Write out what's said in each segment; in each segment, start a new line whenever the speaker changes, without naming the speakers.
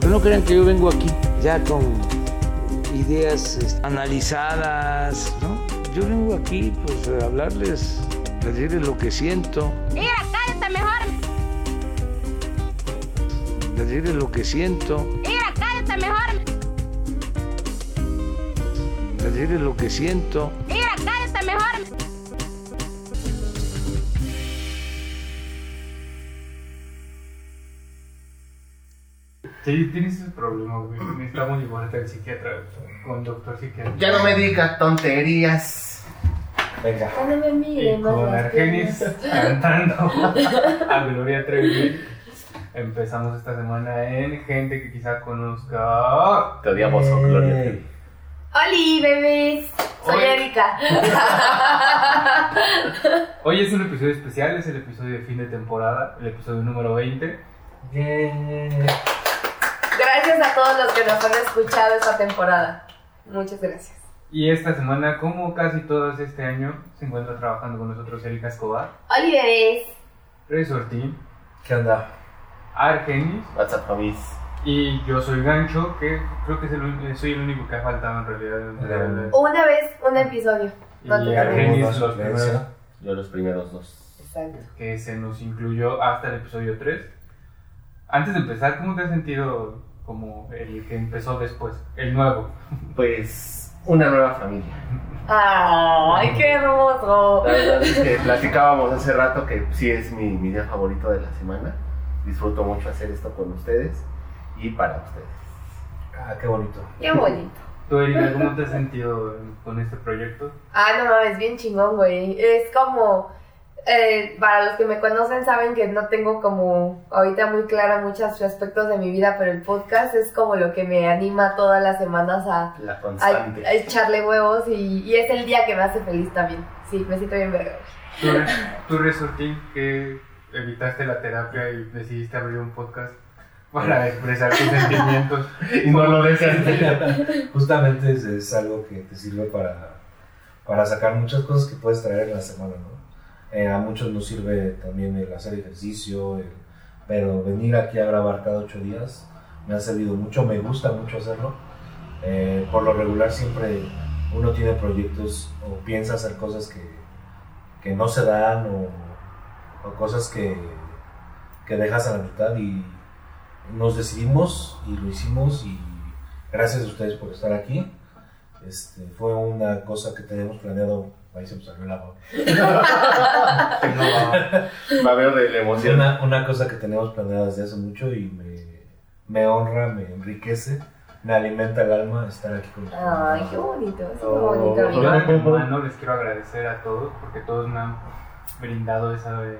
Pero no crean que yo vengo aquí ya con ideas este, analizadas, ¿no? Yo vengo aquí pues a hablarles, a decirles lo que siento,
Mira, cállate mejor.
a decirles lo que siento,
Mira, cállate mejor.
a decirles lo que siento.
Mira, cállate mejor.
Sí, tienes esos problemas, güey. Necesitamos llevarte al psiquiatra, güey, con doctor psiquiatra.
Ya no me digas tonterías.
Venga.
Ah, no me
Y
mire, más
con
las
Argenis
piernas.
cantando a Gloria Trevi. Empezamos esta semana en gente que quizá conozca.
Te odiamos, oh, Gloria Trevi.
Oli, bebés. Soy
Oli.
Erika.
Hoy es un episodio especial, es el episodio de fin de temporada, el episodio número 20.
Gracias a todos los que nos han escuchado esta temporada. Muchas gracias.
Y esta semana, como casi todas este año, se encuentra trabajando con nosotros Erika Escobar,
Oli, bebés.
Resortín,
¿Qué onda?
Argenis
WhatsApp Famis.
y yo soy Gancho, que creo que es el un- soy el único que ha faltado en realidad.
Una vez, un episodio. No
Y
te
Argenis
cambies.
Tenemos
los primeros.
suplencia.
Yo los primeros dos.
Exacto.
que se nos incluyó hasta el episodio 3. Antes de empezar, ¿cómo te has sentido como el que empezó después? El nuevo.
Pues una nueva familia.
Ay, qué hermoso.
La verdad es que platicábamos hace rato que sí es mi, mi día favorito de la semana. Disfruto mucho hacer esto con ustedes y para ustedes.
Ah, qué bonito.
Qué bonito.
¿Tú, Erika, cómo te has sentido con este proyecto?
Ah, no mames, bien chingón, güey. Es como. eh, para los que me conocen saben que no tengo como ahorita muy clara muchos aspectos de mi vida, pero el podcast es como lo que me anima todas las semanas a,
La
a-
constante.
a echarle huevos y, y es el día que me hace feliz también. Sí, me siento bien verga.
Tú, tú Resortín, que evitaste la terapia y decidiste abrir un podcast para expresar tus sentimientos.
Y no lo deseaste.
Justamente es, es algo que te sirve para, para sacar muchas cosas que puedes traer en la semana, ¿no? Eh, a muchos nos sirve también el hacer ejercicio, el- pero venir aquí a grabar cada ocho días me ha servido mucho, me gusta mucho hacerlo. Eh, por lo regular siempre uno tiene proyectos o piensa hacer cosas que, que no se dan o, o cosas que, que dejas a la mitad y nos decidimos y lo hicimos y gracias a ustedes por estar aquí. Este, fue una cosa que teníamos planeado, ahí se me salió el agua.
Babeo de la
Es
emoción.
una, una cosa que teníamos planeada desde hace mucho y me, me honra, me enriquece, me alimenta el alma estar aquí con ustedes.
Ay, qué bonito, es
Oh.
muy bonito.
Yo
amigo.
de antemano les quiero agradecer a todos porque todos me han brindado esa, eh,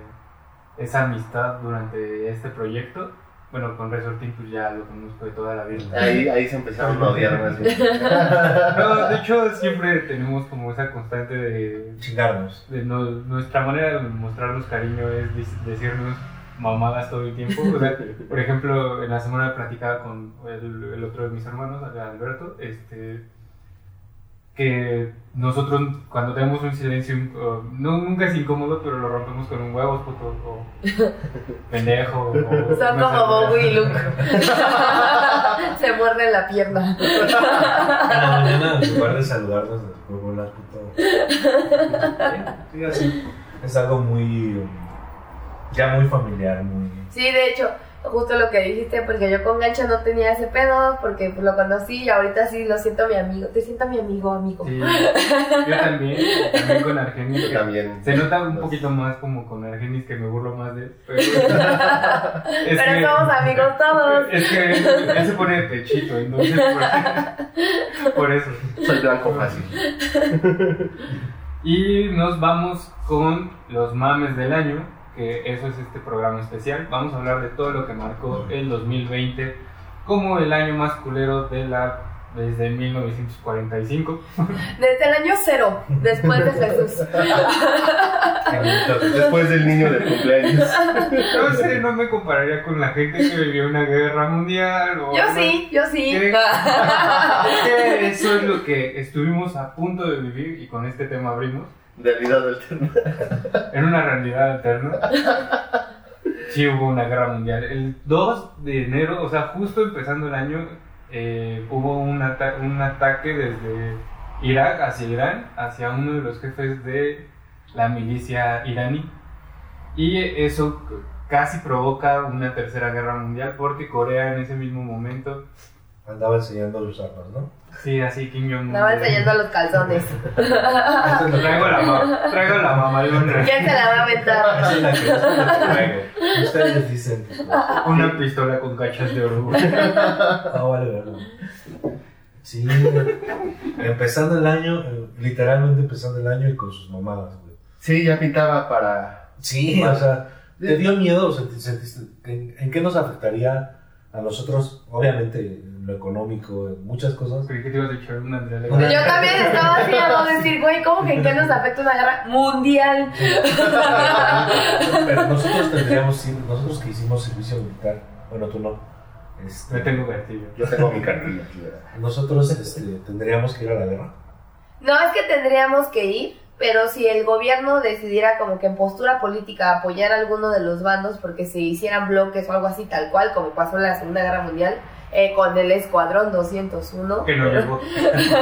esa amistad durante este proyecto. Bueno, con Resortín pues ya lo conozco de toda la vida.
Ahí, ahí se empezaron a odiar más bien.
No, de hecho siempre tenemos como esa constante de,
Chingarnos.
de no- nuestra manera de mostrarnos cariño es dis- decirnos mamadas todo el tiempo. O sea, por ejemplo, en la semana platicaba con el, el otro de mis hermanos, Alberto, este, que nosotros cuando tenemos un silencio, uh, no, nunca es incómodo, pero lo rompemos con un huevo, puto, o pendejo. O,
Son
no sé,
como Bobo y Luke. Se muerde la pierna.
En la mañana, en lugar de saludarnos, nos fue volar puto. Sí, así. Es algo muy. um, ya muy familiar, muy.
Sí, de hecho, justo lo que dijiste, porque yo con Gancho no tenía ese pedo, porque pues, lo conocí y ahorita sí lo siento mi amigo. Te siento mi amigo, amigo.
Sí, yo también, también con Argenis.
Yo también.
Se nota un
Los-
poquito más como con Argenis que me burlo más de él. Pero, es
Pero somos amigos todos.
Es que él, él se pone de pechito, entonces por, por eso.
Soy blanco fácil.
Y nos vamos con los mames del año, que eso es este programa especial. Vamos a hablar de todo lo que marcó el 2020 como el año más culero de la desde 1945.
Desde el año cero, después de Jesús.
Después del niño de cumpleaños.
No sé, no me compararía con la gente que vivió una guerra mundial o
Yo
algo
sí, yo sí.
¿Qué? Que Eso es lo que estuvimos a punto de vivir y con este tema abrimos
Realidad alterna.
en una realidad alterna. sí hubo una guerra mundial. El 2 de enero, o sea, justo empezando el año, eh, hubo un, ata- un ataque desde Irak hacia Irán, hacia uno de los jefes de la milicia iraní. Y eso c- casi provoca una tercera guerra mundial porque Corea en ese mismo momento,
Andaba enseñando sus armas, ¿no?
sí, así Kim Jong-un.
Andaba
de-
enseñando los calzones.
Esta es la que-
Traigo la, ma- traigo la mamalona.
¿Quién se la va a aventar?
esta es la que- esta es la que traigo. Ustedes dicen que no.
Una pistola con cachas de oro.
No, Ah, vale, verlo. Sí, güey. empezando el año, eh, literalmente empezando el año y con sus mamadas, güey.
Sí, ya pintaba para.
Sí, o sea, ¿te dio miedo? Senti- sentiste- ¿En, en qué nos afectaría a nosotros? Obviamente, en lo económico, en muchas cosas.
Creí que te ibas a echar un Andrea Legarreta.
Yo también estaba así a no decir, güey, ¿cómo que en qué nos afecta una guerra mundial?
Pero nosotros tendríamos, sí, nosotros que hicimos servicio militar, bueno, tú no. este,
No tengo gatillo.
Yo tengo mi cartilla aquí, ¿verdad?
nosotros este, tendríamos que ir a la guerra.
No es que tendríamos que ir, pero si el gobierno decidiera como que en postura política apoyar a alguno de los bandos porque se hicieran bloques o algo así tal cual, como pasó en la Segunda Guerra Mundial, eh, con el Escuadrón 201.
Que no llegó.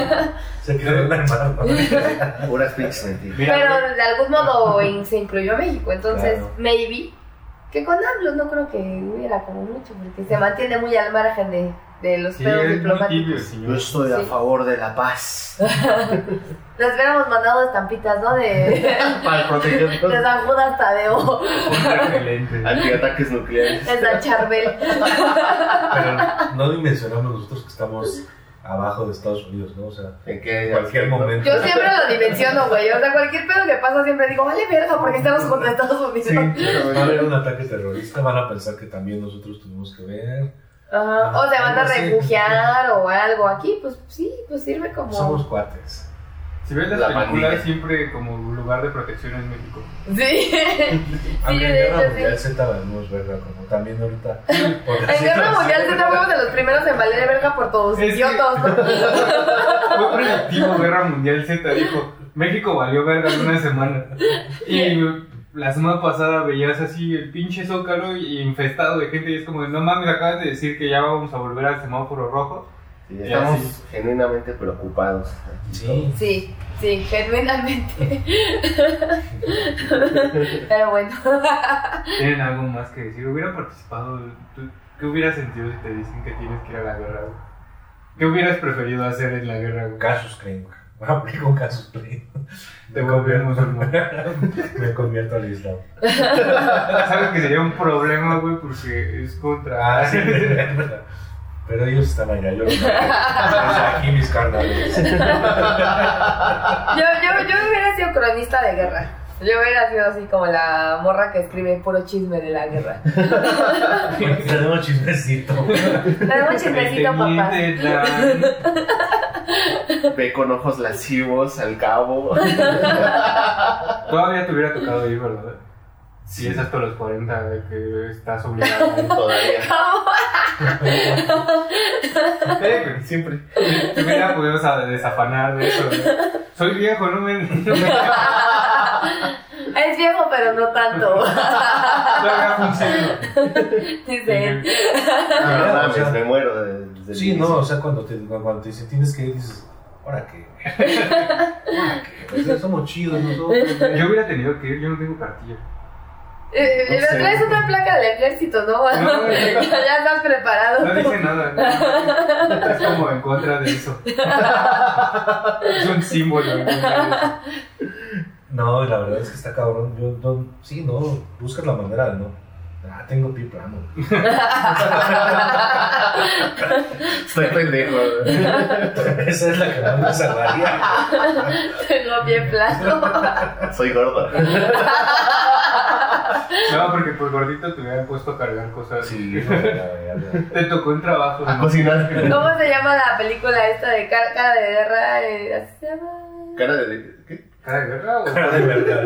Se quedó en la mar, ¿no?
Puras pinches mentiras.
Mira,
Pero de algún modo in- se incluyó a México, entonces
Claro.
maybe que con AMLO no creo que hubiera como mucho, porque se mantiene muy al margen de, de los
sí,
pedos
es muy tibio,
diplomáticos.
Yo
señor.
estoy a
Sí.
favor de la paz.
Les hubiéramos mandado estampitas, ¿no? De,
Para protegernos.
de San Judas Tadeo,
Excelente.
Antiataques nucleares.
de San Charbel.
Pero no dimensionamos nosotros que estamos abajo de Estados Unidos, ¿no? O sea,
¿En qué
en cualquier
aspecto?
momento.
Yo siempre lo dimensiono, güey. O sea, cualquier pedo que pasa siempre digo, vale verga, porque estamos contra Estados Unidos.
Sí, va a haber un ataque terrorista, van a pensar que también nosotros tuvimos que ver.
Ajá. O se van a
Sí.
refugiar o algo. Aquí, pues sí, pues sirve como.
Somos cuates.
Si ves las
La
películas,
pandilla.
siempre como lugar de protección en México.
Sí. Sí,
Aunque en
de
Guerra
hecho,
Mundial
sí.
Z la vimos verga, como también ahorita.
En Guerra Mundial Z fuimos de los primeros en valer verga por todos,
Es que-
idiotos.
Fue predictivo Guerra Mundial Z, dijo. México valió verga en una semana. Y la semana pasada veías así el pinche zócalo y infestado de gente y es como, de, no mames, acabas de decir que ya vamos a volver al semáforo rojo.
Sí, estamos
Ya, sí.
genuinamente preocupados.
Sí.
Sí, sí, genuinamente. Pero bueno.
¿Tienen algo más que decir? ¿Hubiera participado? ¿Tú- ¿Qué hubieras sentido si te dicen que tienes que ir a la guerra? güey? ¿Qué hubieras preferido hacer en la guerra? güey?
Casus Claim. Aplico Casus Claim.
Te volvemos un
Me convierto al Islam.
Sabes que sería un problema, güey, porque es contra...
Ah, sí. Pero ellos están allá, yo los mato. O sea, aquí mis carnales.
Yo, yo, yo hubiera sido cronista de guerra. Yo hubiera sido así como la morra que escribe puro chisme de la guerra.
Tenemos chismecito.
Tenemos
Este
un chismecito, papá.
Teniente Dan.
Ve con ojos lascivos al cabo.
Todavía te hubiera tocado ir, ¿verdad? Si es hasta los 40 de que estás obligado.
Todavía.
Eh,
Siempre.
güey, Te hubiera podido sa- desafanar de eso. güey. Soy viejo, no me. No me
Es viejo, pero no tanto.
todavía funciono.
Dice eh, él.
No
Ah, o
mames,
sea,
me muero. de- desde el
Sí,
inicio.
no, o sea, cuando te, cuando te dicen tienes que ir, dices, ¿ahora qué? ¿Ahora qué? O sea, somos chidos nosotros. güey.
Yo hubiera tenido que ir, yo no tengo cartilla.
Eh, Pero
Sí.
traes una placa del ejército, ¿no?
No,
ya
no.
estás preparado.
No dice nada. ¿no? Es como en contra de eso. Es un símbolo. en contra de eso.
No, la verdad es que está cabrón. Yo, no- sí, no, buscas la manera de no. Ah, tengo pie plano.
Estoy pendejo.
Esa es la que más me salvaría.
Tengo bien plano.
Soy gordo.
No, porque por gordito te hubieran puesto a cargar cosas.
Sí, no, la verdad.
Te tocó un trabajo.
A
¿no?
cocinar.
¿Cómo se llama la película esta de cara, cara de guerra? Eh, así se llama.
Cara de. ¿Qué?
¿Cara de guerra
Cara de verdad.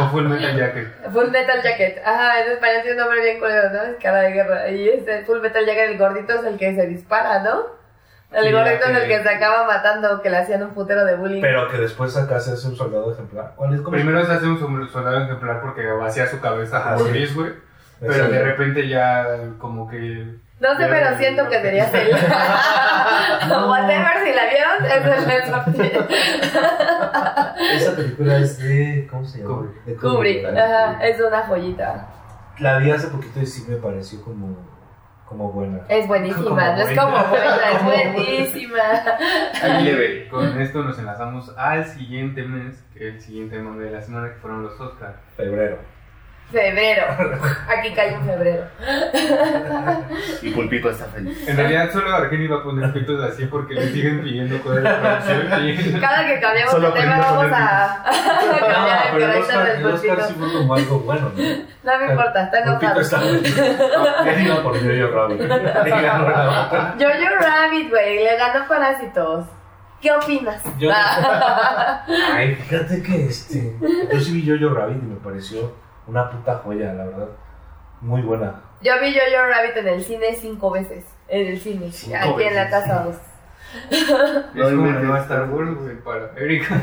o, o full metal jacket?
Full Metal Jacket. Ajá, en español tiene un nombre bien culero, ¿no? Es cara de guerra. Y este Full Metal Jacket, el gordito es el que se dispara, ¿no? El
Y
gordito
ya
en el
que-
que se acaba matando, que le hacían un putero de bullying.
Pero que después acá se hace un soldado ejemplar. ¿Cuál es? ¿Cómo se-
Primero se hace un som- soldado ejemplar porque vacía su cabeza
Ah,
a
sí.
Luis, güey. Pero
Exacto.
de repente ya como que...
No sé, pero siento que sería él. Whatever, si la vieron, es el Edward.
Esa película es de. ¿Cómo se llama?
Kubrick.
De
Kubrick,
¿verdad?
ajá, es una joyita.
La vi hace poquito y sí me pareció como, como buena.
Eh,
Es buenísima, no es como buena, es buenísima.
Ahí Con esto nos enlazamos al siguiente mes, que el siguiente mes de la semana que fueron los Oscars.
Febrero.
Febrero. Aquí cae un febrero.
Y Pulpito está feliz.
En realidad solo Argel va a poner pitos así porque le siguen pidiendo cosas de producción.
Cada que cambiamos
Solo
de tema
aprendí a
vamos a, a cambiar el
Ah, pero el
carácter
Oscar,
del
el Oscar sí
bolsito.
fue como algo bueno, ¿no?
No me importa, está
Pulpito
enojado.
está Ya digo por Yo-Yo Rabbit. Le ganó la-
Jojo Rabbit, güey, le ganó Parásitos. ¿Qué opinas?
Yo-
Ah.
Ay, fíjate que este. Yo sí vi Yo-Yo Rabbit y me pareció una puta joya, la verdad. Muy buena.
Yo vi Jojo Rabbit en el cine cinco veces. En el cine,
Cinco
aquí en la
veces.
casa 2.
Es como la nueva Star Wars, güey, para Erika.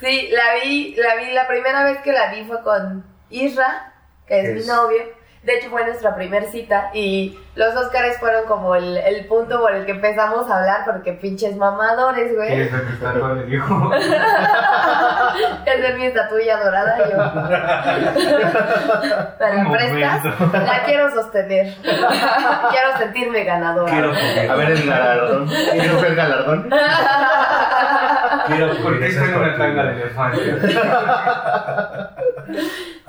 Sí, la vi, la vi, la primera vez que la vi fue con Isra, que es,
Es-
mi novio. De hecho fue nuestra primer cita y los Óscares fueron como el, el punto por el que empezamos a hablar porque pinches mamadores, güey.
¿Quieres ver que Star Wars le dijo?
Es de mi estatuilla dorada y yo. ¿Me la
Un
prestas? La quiero sostener. Quiero sentirme ganadora.
Quiero comer.
A ver el galardón. ¿Quieres ver el galardón?
quiero comer
¿Por qué
esas
está en una tanga de
tortillas.
elefante?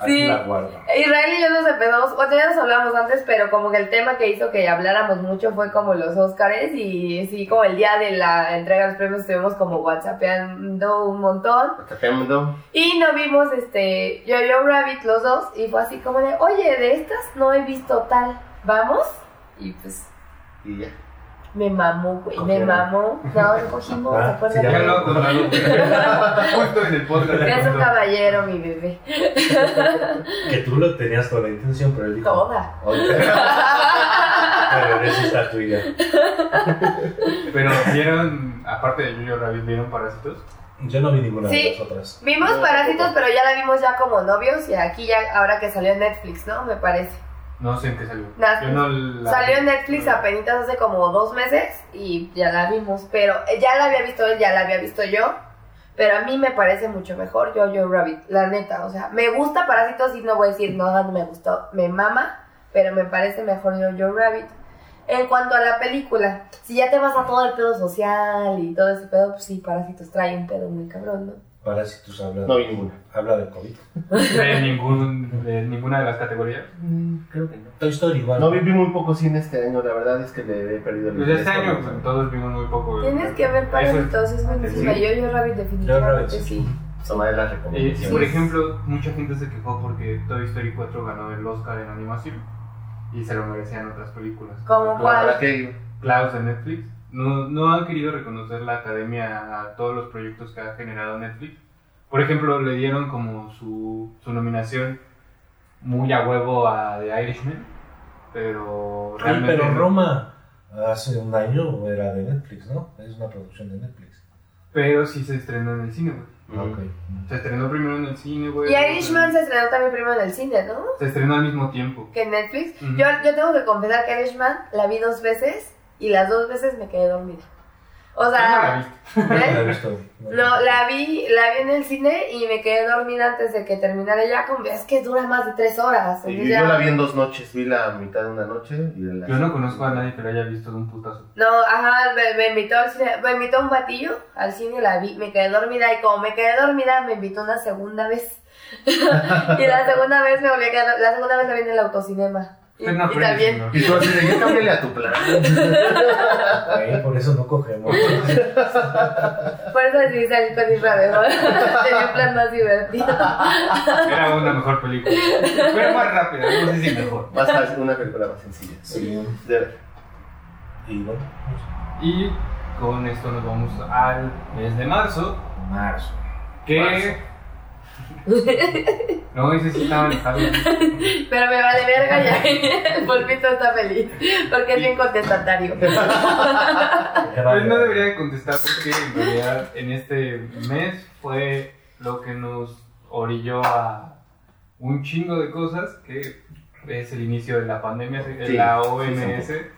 Sí.
La guardo.
Israel y yo nos empezamos, o sea, ya nos hablamos antes, pero como que el tema que hizo que habláramos mucho fue como los Óscares y sí, como el día de la entrega de los premios estuvimos como whatsappeando un montón
Hasta te mando.
y no vimos este Jojo Rabbit los dos y fue así como de, oye, de estas no he visto tal, ¿vamos? Y pues
Y ya.
me mamó, güey, me
Cogieron.
mamó, no, no cogimos, ¿se
Ah, sí,
acuerdan?
Ya lo ha contado, güey. Justo en el podcast. le
Es un
contó.
caballero, mi bebé,
Que tú lo tenías toda la intención, pero él dijo.
toda.
Ahorita. Pero eres esta tuya.
Pero vieron, aparte de Julio Rabbit, ¿vieron Parásitos?
Yo no vi ninguna
Sí.
de las otras.
Vimos Parásitos, pero ya la vimos ya como novios y aquí ya, ahora que salió en Netflix, ¿no? Me parece.
No sé en qué salió.
Nada.
Yo no la-
Salió en Netflix apenas hace como dos meses y ya la vimos, pero eh, ya la había visto él, ya la había visto yo, pero a mí me parece mucho mejor yo, yo, Rabbit, la neta, o sea, me gusta Parásitos y no voy a decir, no, no me gustó, me mama, pero me parece mejor yo, yo, Rabbit. En cuanto a la película, si ya te vas a todo el pedo social y todo ese pedo, pues sí, Parásitos trae un pedo muy cabrón, ¿no?
Parásitos habla,
No vi ninguna.
habla del COVID.
De, ningún, de ninguna de las categorías.
Mm,
Creo que no.
Toy Story igual.
No viví muy poco cine este año, la verdad es que le he perdido el
Pues este
interés
año
por
pues,
eso.
todos vimos muy poco. güey.
Tienes que ver
Eso-
Parásitos, es buenísima,
Sí.
yo, yo, Rabbit
Rabbit,
definitivamente
sí.
sí.
Son una de las
Eh, y por
recomendaciones.
ejemplo, mucha gente se quejó porque Toy Story 4 ganó el Oscar en animación y se lo merecían otras películas.
¿Cómo
Como
cuál?
¿Para qué?
Klaus de Netflix. No, no han querido reconocer la academia a todos los proyectos que ha generado Netflix. Por ejemplo, le dieron como su, su nominación muy a huevo a The Irishman, pero
Ay,
Pues realmente...
pero
no.
Roma hace un año era de Netflix, ¿no? Es una producción de Netflix.
Pero sí se estrenó en el cine, güey.
Ah,
Pues
ok.
Se estrenó primero en el cine, güey.
Y Irishman se estrenó también primero en el cine, ¿no?
Se estrenó al mismo tiempo.
que en Netflix.
Ujú.
yo, yo tengo que confesar que Irishman la vi dos veces y las dos veces me quedé dormida. O
Yo no
Ah,
la vi.
sea,
No la he
¿ves?
visto.
no, la vi, la vi en el cine y me quedé dormida antes de que terminara ya. Como, es que dura más de tres horas.
Y yo
entonces ya-
la vi en dos noches, vi la mitad de una noche y de la
Yo no conozco a nadie que lo haya visto de un putazo.
No, ajá, me, me invitó al cine, me invitó un batillo al cine, la vi, me quedé dormida y como me quedé dormida me invitó una segunda vez. y la segunda vez me volví a quedar, la segunda vez la vi en el autocinema. Y,
Usted no
y
aprende,
también
señor.
Y tú así de, ya cámbiale a tu plan.
Ahí, por eso no cogemos.
Por eso decidí salir con Isra mejor. Tenía un plan más divertido.
Era una mejor película. Pero más rápida, no sé si mejor.
Más fácil, una película más sencilla.
Sí.
De ver.
Y bueno, pues,
Y con esto nos vamos al mes de marzo,
marzo.
que
Marzo.
No, ese sí estaba enojado.
Pero me vale verga ya. El pulpito está feliz. Porque es bien contestatario.
Pues no debería de contestar porque en realidad en este mes fue lo que nos orilló a un chingo de cosas que es el inicio de la pandemia.
Sí,
la
sí,
OMS
eh,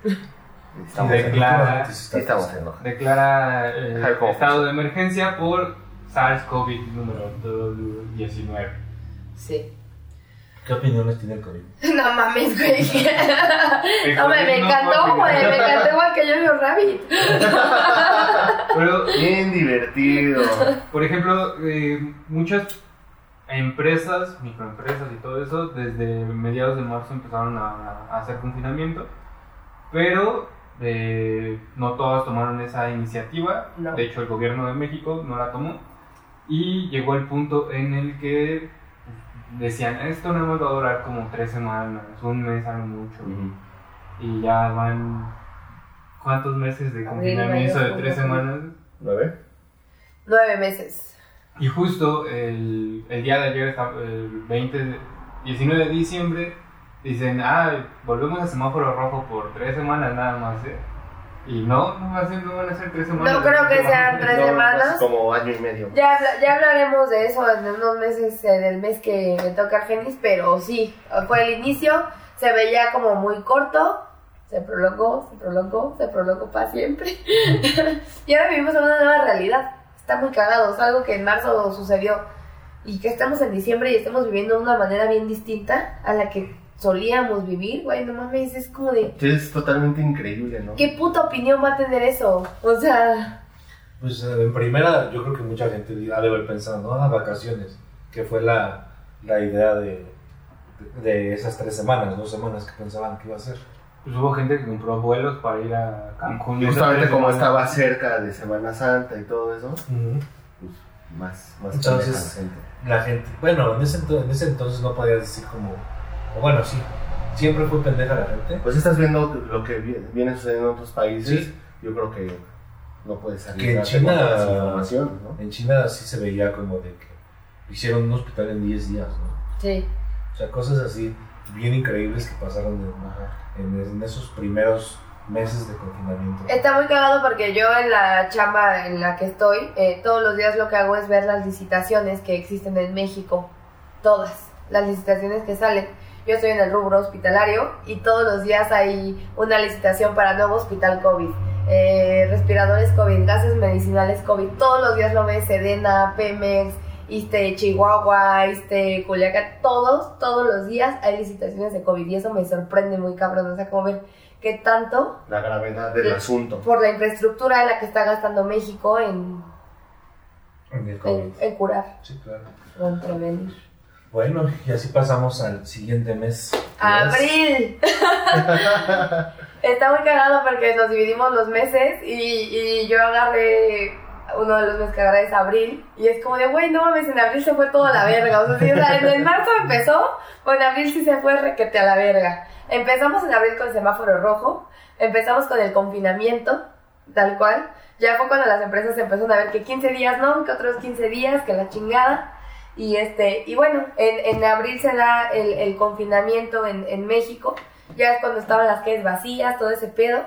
Estamos
de
en-
declara-
sí estamos en hoja.
declara el
Ay, ¿cómo?
estado de emergencia por SARS-CoV número 19.
Sí.
¿Qué opiniones tiene el COVID?
No mames, güey. No, me, me
No,
encantó,
porque-
güey. Me encantó igual que yo y los rabbit.
Pero
Bien divertido.
Por ejemplo, eh, muchas empresas, microempresas y todo eso, desde mediados de marzo empezaron a, a hacer confinamiento, pero eh, no todas tomaron esa iniciativa.
No.
De hecho, el gobierno de México no la tomó y llegó el punto en el que pues, decían esto no más va a durar como tres semanas, un mes a lo mucho, y ya van cuántos meses de
Abril, mayo,
confinamiento de
junio,
tres
julio.
semanas.
¿Lo ve?
Nueve meses.
Y justo el, el día de ayer, el 20, de- 19 de diciembre, dicen, ah, volvemos a semáforo rojo por tres semanas nada más, ¿eh? Y no, no, va a ser- no van a ser tres semanas.
No creo que sean tres
No,
semanas.
Como año y medio.
Ya, habla- ya hablaremos de eso en unos meses, en el mes que le toca al Genis, pero sí, fue el inicio, se veía como muy corto, se prolongó, se prolongó, se prolongó para siempre. y ahora vivimos en una nueva realidad, está muy cagado, es algo que en marzo sucedió y que estamos en diciembre y estamos viviendo de una manera bien distinta a la que solíamos vivir, güey, no mames, es como de,
Entonces es totalmente increíble, ¿no?
¿qué puta opinión va a tener eso? O sea,
Pues eh, en primera, yo creo que mucha gente ha de haber pensado, ¿no? Ah, vacaciones, que fue la, la idea de, de esas tres semanas, dos semanas que pensaban que iba a ser.
Pues hubo gente que compró vuelos para ir a Cancún.
Justamente
Esas tres
como
semanas.
estaba cerca de Semana Santa y todo eso, pues más, más
Entonces-
pendeja la gente.
La gente, bueno, en ese, ento- en ese entonces no podías decir como, o bueno, sí, siempre fue pendeja la gente.
Pues estás viendo lo que vi- viene sucediendo en otros países.
Sí.
Yo creo que no puedes salir
Que en China-
información, ¿no?
En China sí se veía como de que hicieron un hospital en 10 días, ¿no?
sí,
O sea, cosas así bien increíbles que pasaron en, en- en esos primeros meses de confinamiento.
Está muy cagado porque yo en la chamba en la que estoy, eh, todos los días lo que hago es ver las licitaciones que existen en México. Todas las licitaciones que salen. Yo estoy en el rubro hospitalario y todos los días hay una licitación para nuevo hospital COVID, eh, respiradores COVID, gases medicinales COVID. Todos los días lo ves Sedena, Pemex, este, Chihuahua, este, Culiacán. Todos, todos los días hay licitaciones de COVID y eso me sorprende muy cabrón. O sea, como ver qué tanto
La gravedad del
Sí.
asunto.
por la infraestructura en la que está gastando México en,
En el COVID.
en, en curar
Sí, claro.
o en prevenir.
Bueno, y así pasamos al siguiente mes. que es-
¡Abril! está muy cagado porque nos dividimos los meses y, y yo agarré uno de los meses que agarré es abril y es como de, güey, no mames, en abril se fue toda la verga. O sea, sí, o sea, en, en marzo empezó, o en abril sí se fue requete a la verga. Empezamos en abril con semáforo rojo, empezamos con el confinamiento, tal cual. Ya fue cuando las empresas empezaron a ver que 15 días no, que otros 15 días, que la chingada. Y este, y bueno, en, en abril se da el, el confinamiento en, en México, ya es cuando estaban las calles vacías, todo ese pedo.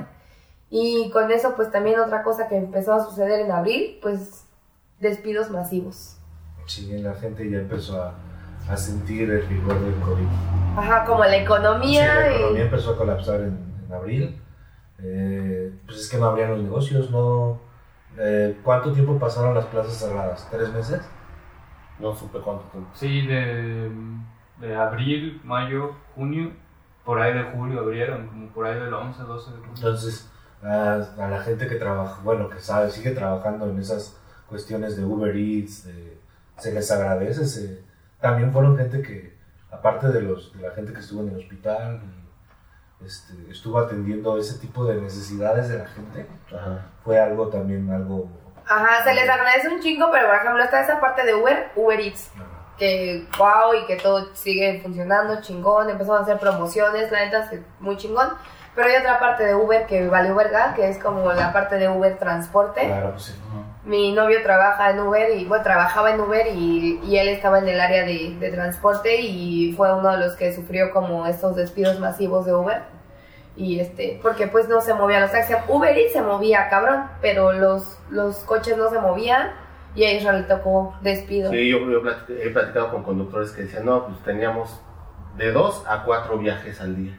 Y con eso, pues también otra cosa que empezó a suceder en abril, pues despidos masivos.
Sí, la gente ya empezó a, a sentir el rigor del COVID.
Ajá, como la
Ah, Sí, la
economía.
economía
y-
empezó a colapsar en, en abril. Eh, pues es que no abrían los negocios, no... eh, ¿Cuánto tiempo pasaron las plazas cerradas? ¿Tres meses?
No supe cuánto tiempo.
Sí, de, de abril, mayo, junio, por ahí de julio abrieron, como por ahí del 11, 12 de julio.
Entonces, a, a la gente que trabaja, bueno, que sabe, sigue trabajando en esas cuestiones de Uber Eats, de- se les agradece. se- también fueron gente que, aparte de, los, de la gente que estuvo en el hospital, este, estuvo atendiendo ese tipo de necesidades de la gente,
Ajá.
fue algo también, algo...
Ajá, se les agradece un chingo, pero por ejemplo está esa parte de Uber, Uber Eats.
ah,
que wow y que todo sigue funcionando, chingón, empezaron a hacer promociones, la neta, se- muy chingón. Pero hay otra parte de Uber que vale verga, que es como la parte de Uber Transporte.
Claro, sí.
Me- mi novio trabaja en Uber y bueno, trabajaba en Uber y, y él estaba en el área de, de transporte y fue uno de los que sufrió como estos despidos masivos de Uber. Y este, porque pues no se movían los taxis. Uber Eats se movía, cabrón, pero los, los coches no se movían y a Israel le tocó despido.
Sí, yo, yo plati- he platicado con conductores que decían, no, pues teníamos de dos a cuatro viajes al día.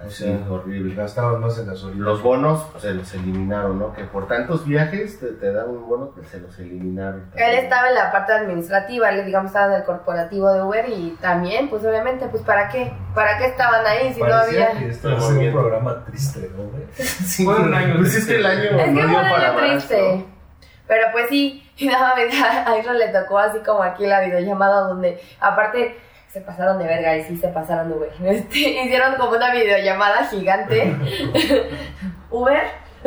O
Así,
sea,
horrible.
Gastaban más en gasolina.
Los bonos pues, se los eliminaron, ¿no? Que por tantos viajes te, te dan un bono que se los eliminaron.
Él estaba en la parte administrativa, él digamos estaba en el corporativo de Uber y también, pues obviamente, pues para qué, para qué estaban ahí si no
Parecía
había...
que este va a ser un programa triste, ¿no, güey?
Sí,
Fue un año
pues es que el año
triste.
Es que
no
fue
dio
un
para
año
más, ¿no?
triste. Pero pues sí, y nada más a Israel le tocó así como aquí la videollamada donde, aparte, se pasaron de verga y sí se pasaron Uber. Este, hicieron como una videollamada gigante. Uber.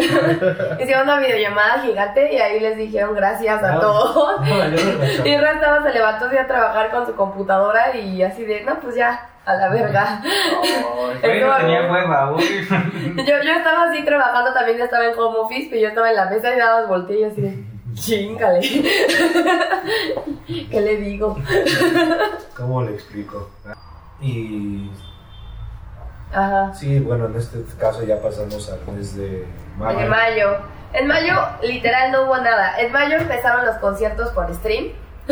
hicieron una videollamada gigante y ahí les dijeron gracias a
Ah.
todos.
No, yo
Y
no cachaba.
Ra estaba, se levantó así a trabajar con su computadora y así de, no, pues ya, a la verga.
Ay,
Güey, no tenía hueva, güey.
Yo, yo estaba así trabajando también, ya estaba en home office, pero yo estaba en la mesa y nada más volteé y así de, chingale. ¿Qué le digo?
¿Cómo le explico? Y
Ajá.
sí, bueno, en este caso ya pasamos al mes de mayo.
En mayo. En mayo, literal, no hubo nada. En mayo empezaron los conciertos por stream.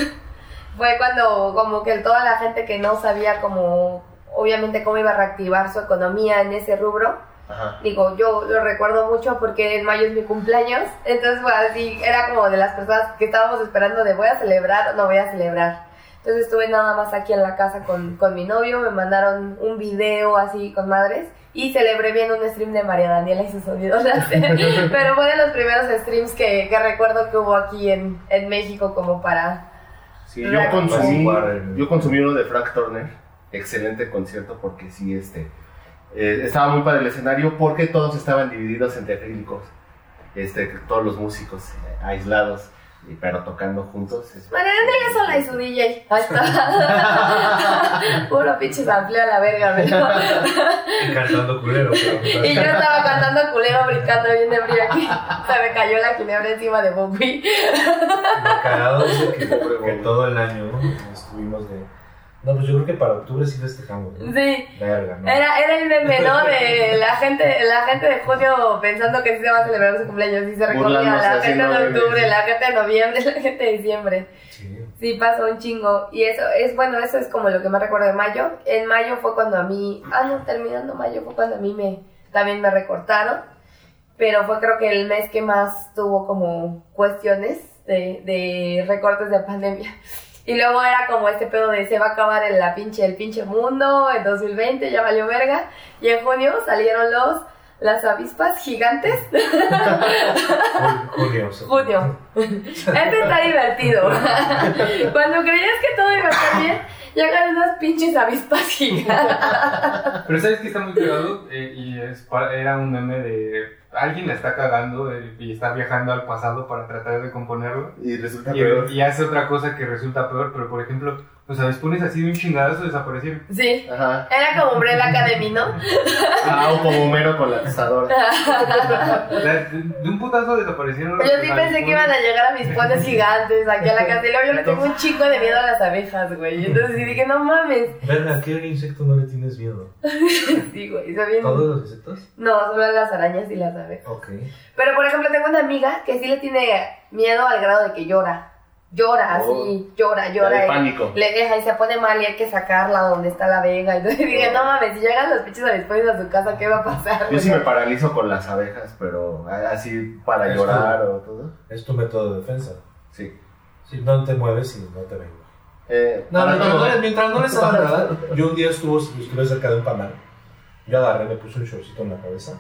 Fue cuando, como que toda la gente que no sabía, como, obviamente, cómo iba a reactivar su economía en ese rubro.
Ajá.
Digo, yo lo recuerdo mucho porque en mayo es mi cumpleaños, entonces fue así, era como de las personas que estábamos esperando de voy a celebrar o no voy a celebrar. Entonces estuve nada más aquí en la casa con, con mi novio, me mandaron un video así con madres y celebré viendo un stream de María Daniela y sus sonidos láser. Pero fue de los primeros streams que, que recuerdo que hubo aquí en, en México como para...
Sí, yo
Black
consumí,
Warren.
yo consumí uno de Frank Turner, excelente concierto porque sí, este, eh, estaba muy padre el escenario porque todos estaban divididos entre acrílicos, este, todos los músicos eh, aislados, y- pero tocando juntos. es-
María Daniela sola y su DJ. Ahí está. Puro pinche sampleo a la verga, ¿verdad?
Cantando culero, pero-
Y yo estaba cantando culero, brincando bien de brío aquí. Se me cayó la ginebra encima de Bobby.
Lo cagado es de que,
Pobre
que
Bobby.
todo el año estuvimos de. No, pues yo creo que para octubre sí festejamos. ¿no?
Sí.
Verga, ¿no?
Era, era el meme, ¿no? De la gente, la gente de junio pensando que sí se va a celebrar su cumpleaños. Y se recogía
Burlándose,
la gente
haciendo
de octubre,
memes.
la gente de noviembre, la gente de diciembre.
Sí.
Sí, pasó un chingo. Y eso es, bueno, eso es como lo que más recuerdo de mayo. En mayo fue cuando a mí, ah, no, terminando mayo fue cuando a mí me, también me recortaron. Pero fue creo que el mes que más tuvo como cuestiones de, de recortes de pandemia. Y luego era como este pedo de se va a acabar el, la pinche, el pinche mundo, en 2020 ya valió verga. Y en junio salieron los, las avispas gigantes.
Jul- Junio. sí.
Junio. Este está divertido. Cuando creías que todo iba a estar bien, llegan unas pinches avispas gigantes.
Pero sabes que está muy pegado Eh, y es pa- era un meme de alguien la está cagando eh, y está viajando al pasado para tratar de componerlo
Y resulta peor.
y, y hace otra cosa que resulta peor, pero por ejemplo, o sea, les pones así de un chingadazo desaparecer.
Sí.
Ajá.
Era como Umbrella Academy, ¿no?
Ah, o como Homero con la tostadora.
O sea, de, de un putazo desaparecieron.
Pero yo sí pensé que iban a llegar a mis pones gigantes aquí a la casa. Y luego yo le tengo un chico de miedo a las abejas, güey. Entonces sí dije, no mames.
Verga, ¿qué insecto no le tienes miedo?
Sí, güey. está bien.
¿Todos los insectos?
No, solo las arañas y las abejas.
Ok.
Pero por ejemplo, tengo una amiga que sí le tiene miedo al grado de que llora. Llora
Oh.
así, llora,
Ya
llora.
de
y-
pánico.
le deja y se pone mal y hay que sacarla donde está la vega. Entonces dije, no mames, si llegan los pinches avispones a su casa, ¿qué va a pasar?
Yo sí me paralizo con las abejas, pero a- así para
Es
llorar o todo.
Es tu método de defensa.
Sí.
Si no te mueves y no te vengo.
Eh,
No,
para
mientras
todo.
no, le- mientras no les hagan nada, yo un día estuvo, estuve cerca de un panal. Yo agarré, me puse un shortcito en la cabeza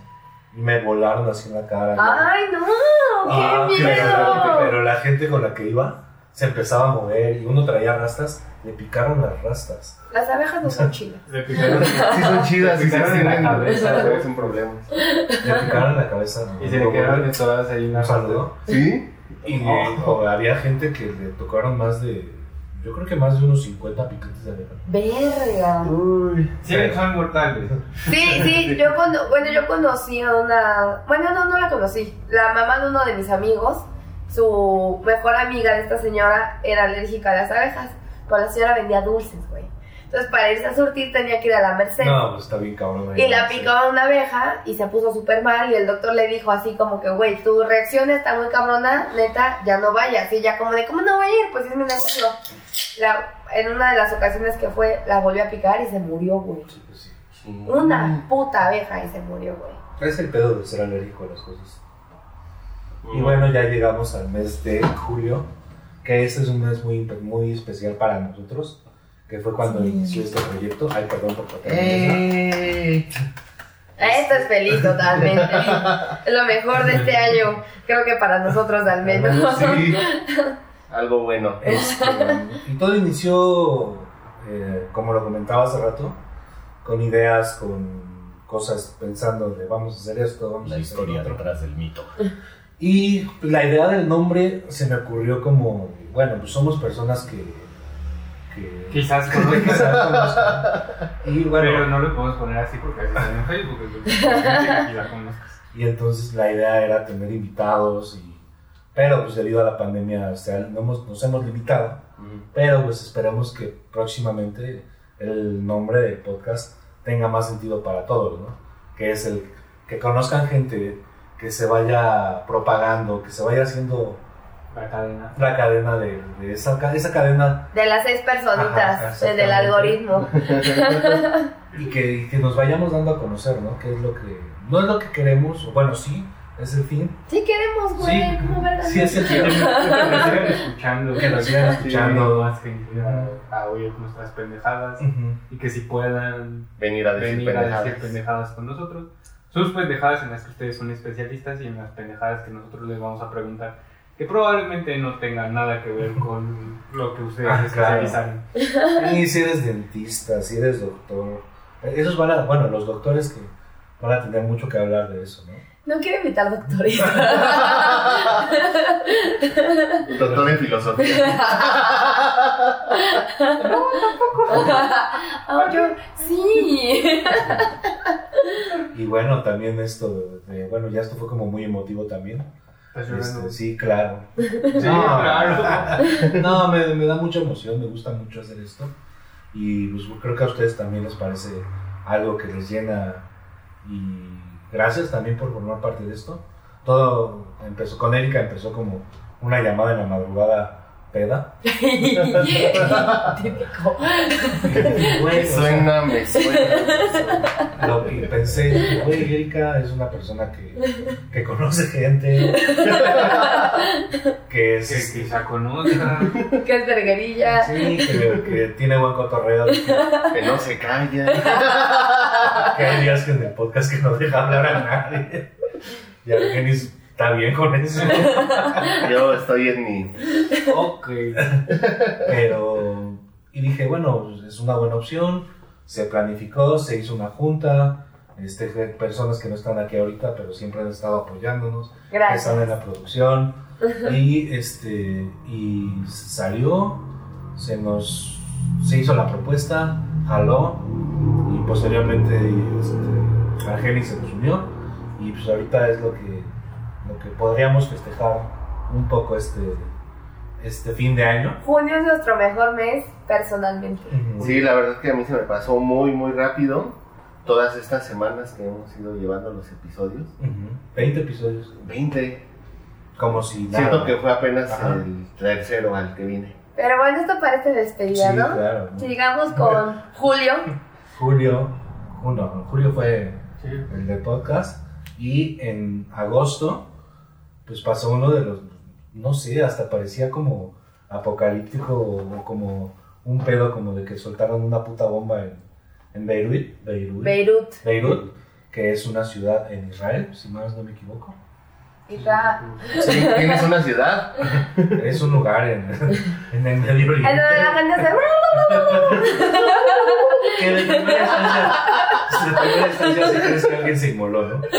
y me volaron así en la cara.
¡Ay, no! ¡Qué
Ah,
miedo!
Pero, pero la gente con la que iba se empezaba a mover y uno traía rastas, le picaron las rastas.
Las abejas no son chidas.
Le picaron
Sí son chidas y se
Picaron en la
extienden la
cabeza,
cabeza,
güey.
son problemas.
Le picaron la cabeza.
y se le quedaron atoradas ahí en la
Un saludo.
¿Sí?
Y
Oh.
ojo, había gente que le tocaron más de, yo creo que más de unos 50 piquetes de abeja.
¡Verga!
Uy.
Sí, son mortales.
Sí, sí, yo cono- bueno, yo conocí a una... Bueno, no, no la conocí. La mamá de uno de mis amigos su mejor amiga de esta señora era alérgica a las abejas, pero la señora vendía dulces, güey. Entonces, para irse a surtir tenía que ir a la Merced.
No, pues está bien cabrón. ahí,
Y la
sí.
picó una abeja y se puso súper mal y el doctor le dijo así como que, güey, tu reacción está muy cabrona, neta, ya no vayas. Y ya como de, ¿cómo no voy a ir? Pues es mi negocio. La- en una de las ocasiones que fue, la volvió a picar y se murió, güey.
Sí, pues sí. Mm.
Una puta abeja y se murió, güey.
Es el pedo de ser alérgico a las cosas.
Mm.
Y bueno, ya llegamos al mes de julio, que este es un mes muy, muy especial para nosotros, que fue cuando inició este proyecto. Ay, perdón por cortar.
¡Eh!
Este
Esto es feliz totalmente. Es lo mejor de este año, creo que para nosotros al menos.
Sí. Algo bueno.
Este, y todo inició, eh, como lo comentaba hace rato, con ideas, con cosas pensando de vamos a hacer esto, vamos
La
a hacer
historia
lo otro.
detrás del mito.
Y la idea del nombre se me ocurrió como, bueno, pues somos personas que... que-
Quizás con
que quizás conozcan. Y bueno,
Pero no lo podemos poner así porque así está en Facebook. entonces, obviamente, que la conozcas.
Y entonces la idea era tener invitados, y, pero pues debido a la pandemia o sea, no hemos- nos hemos limitado,
Mm.
pero pues esperamos que próximamente el nombre del podcast tenga más sentido para todos, ¿no? Que es el que conozcan gente, que se vaya propagando, que se vaya haciendo
La cadena.
la cadena de, de esa, ca- esa cadena
De las seis
Ajá,
personitas,
exactamente.
del algoritmo.
y que, y que nos vayamos dando a conocer, ¿no? Que es lo que, no es lo que queremos, o bueno, sí, es el fin,
Sí queremos, güey,
Sí.
¿cómo verás?
sí es el
Que
fin.
nos sigan escuchando.
Que nos sigan escuchando.
escuchando más gente a, a oír nuestras pendejadas.
Ujú.
Y que si puedan
Venir a decir
venir a decir
pendejadas.
pendejadas con nosotros. Sus pendejadas en las que ustedes son especialistas y en las pendejadas que nosotros les vamos a preguntar. Que probablemente no tengan nada que ver con lo que ustedes
Ah,
se especializan.
Y si eres dentista, si eres doctor. eh, Esos van a, bueno, los doctores que van a tener mucho que hablar de eso, ¿no?
No quiero invitar doctores.
Doctor en filosofía.
Ah, yo, sí.
Y bueno, también esto, de, de- bueno, ya esto fue como muy emotivo también.
¿Estás llorando?
Este, sí, claro.
Sí, claro.
No, me, me da mucha emoción, me gusta mucho hacer esto. Y pues, creo que a ustedes también les parece algo que les llena. Y gracias también por formar parte de esto. Todo empezó con Erika, empezó como una llamada en la madrugada peda.
Típico.
Güey, o sea,
Suena, me suena.
lo que pensé, dije, güey, Erika es una persona que, que conoce gente, que es...
Que
Sí,
quizá conozca.
Que es verguerilla.
que, que tiene buen cotorreo, que
Que no se calla.
hay días que en el podcast que no deja hablar a nadie. Y Argenis está bien con eso.
Yo estoy en mi.
ok. Pero... Y dije, bueno, pues, es una buena opción. Se planificó, se hizo una junta. Este, personas que no están aquí ahorita, pero siempre han estado apoyándonos. que
Gracias.
están en la producción. Y este y salió, se nos se hizo la propuesta, jaló y posteriormente este, Argenis se nos unió y pues ahorita es lo que lo que podríamos festejar un poco este este fin de año.
Junio es nuestro mejor mes personalmente.
Sí, la verdad es que a mí se me pasó muy, muy rápido. Todas estas semanas que hemos ido llevando los episodios.
Ujú. 20 episodios,
20.
como si nada.
Siento que fue apenas
Ajá.
el tercero al que vine.
Pero bueno, esto parece
Sí,
despedida, ¿no?
claro. ¿no?
Sigamos con Julio.
Julio, uno, julio fue
Sí.
el de podcast. Y en agosto, pues pasó uno de los, no sé, hasta parecía como apocalíptico o como un pedo, como de que soltaron una puta bomba en, en Beirut, Beirut,
Beirut.
Beirut, que es una ciudad en Israel, si más no me equivoco.
Israel.
Sí, tienes una ciudad.
Es un lugar en, en el Medio Oriente.
En donde la gente se...
Que de primera instancia, de primera instancia sí crees que alguien se inmoló, ¿no?
Sí.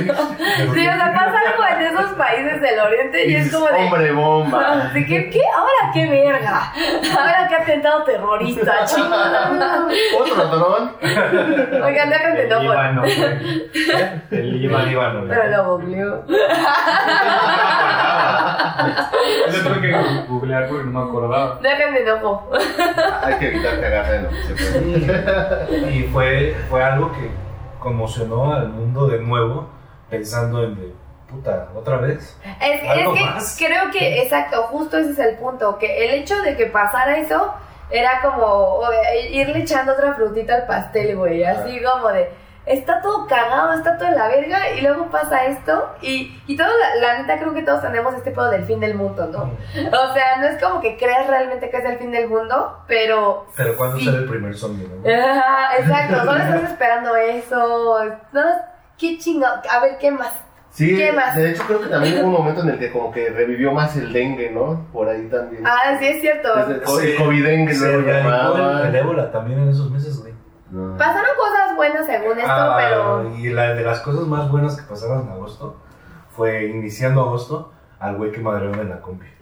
Sí, o sea, pasa algo en esos países del oriente y es como de...
Hombre bomba.
¿De qué, qué? ¿Ahora qué verga? ¿Ahora qué atentado terrorista, chingada?
Otro dron.
Oigan, déjenme
Del
no por...
Líbano, güey. Del
Iba al
Líbano.
Líbano, ¿no?
Pero lo googleó.
Yo tuve que googlear porque no me acordaba.
Déjenme enojo.
Hay que evitar cagarle lo que se puede.
Y fue, fue algo que conmocionó al mundo de nuevo, pensando en de, puta, otra vez.
Es,
Algo
es que
más.
creo que, exacto, justo ese es el punto, que el hecho de que pasara eso era como o, eh, irle echando otra frutita al pastel, güey, así como de, está todo cagado, está todo en la verga, y luego pasa esto, y, y todo, la, la neta creo que todos tenemos este pedo del fin del mundo, ¿no? O sea, no es como que creas realmente que es el fin del mundo, pero...
Pero cuando
Sí. Eh,
sale el primer zombie, ¿no?
Ajá, exacto, solo estás esperando eso, no, qué chingado, a ver, ¿qué más?
Sí,
¿Qué más?
de hecho creo que también hubo un momento en el que como que revivió más el dengue, ¿no? Por ahí también.
Ah, sí, es cierto.
Desde el co-
Sí.
el COVID-dengue
Se
luego
erradicó el, el
llamaban.
ébola también en esos meses, güey.
No.
Pasaron cosas buenas según esto,
Ah,
pero.
Y la de las cosas más buenas que pasaron en agosto fue iniciando agosto al güey que madrearon en la combi.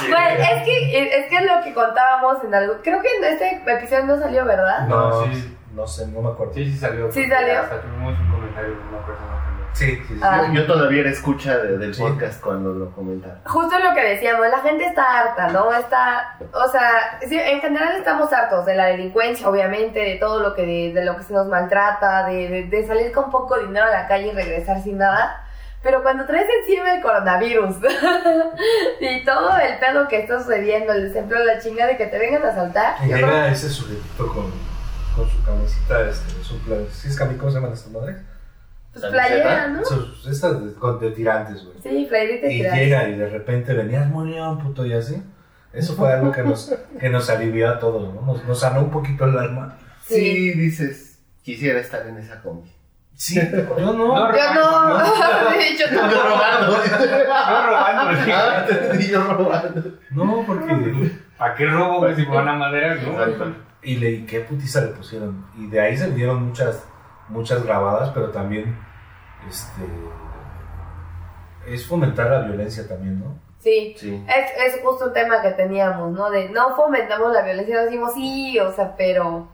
Bueno, Pues, es que, es que es lo que contábamos en algo. Creo que en este episodio no salió, ¿verdad?
Ah, No, sí.
no sé, no me acuerdo.
Sí, sí salió.
Sí salió.
Hasta tuvimos un comentario de una persona que lo-
sí, sí. sí.
Ah.
Yo, yo todavía era escucha de- del
Sí.
podcast cuando lo comentaron.
Justo lo que decíamos, la gente está harta, ¿no? Está, o sea, sí, en general estamos hartos de la delincuencia, obviamente, de todo lo que, de, lo que se nos maltrata, de, de- de salir con poco dinero a la calle y regresar sin nada. Pero cuando traes encima el coronavirus y todo el pedo que está sucediendo, el desempleo, la chinga de que te vengan a saltar,
Y llega ese sujetito con, con su camisita, este, su pla- ¿sí es cami- ¿cómo se llaman estas madres?
pues playera, ¿no?
Sus- Estas de, con- de tirantes, güey.
Sí, playerita
Y
tirada.
llega y de repente venías murió, puto, y así. Eso fue algo que nos, que nos alivió a todos, ¿no? Nos, nos sanó un poquito el alma.
Sí.
Sí. dices, quisiera estar en esa combi.
Sí, yo no.
Yo no, de hecho
Yo
no.
robando.
No robando, sí.
Ah, entendí, yo robando.
No, porque.
¿Para qué robo, güey, si me van a madrear, no?
Exacto.
Y le y qué putiza le pusieron. Y de ahí se dieron muchas, muchas grabadas, pero también. Este. Es fomentar la violencia también, ¿no?
Sí,
Sí.
es, es justo un tema que teníamos, ¿no? De no fomentamos la violencia, nos decimos sí, o sea, pero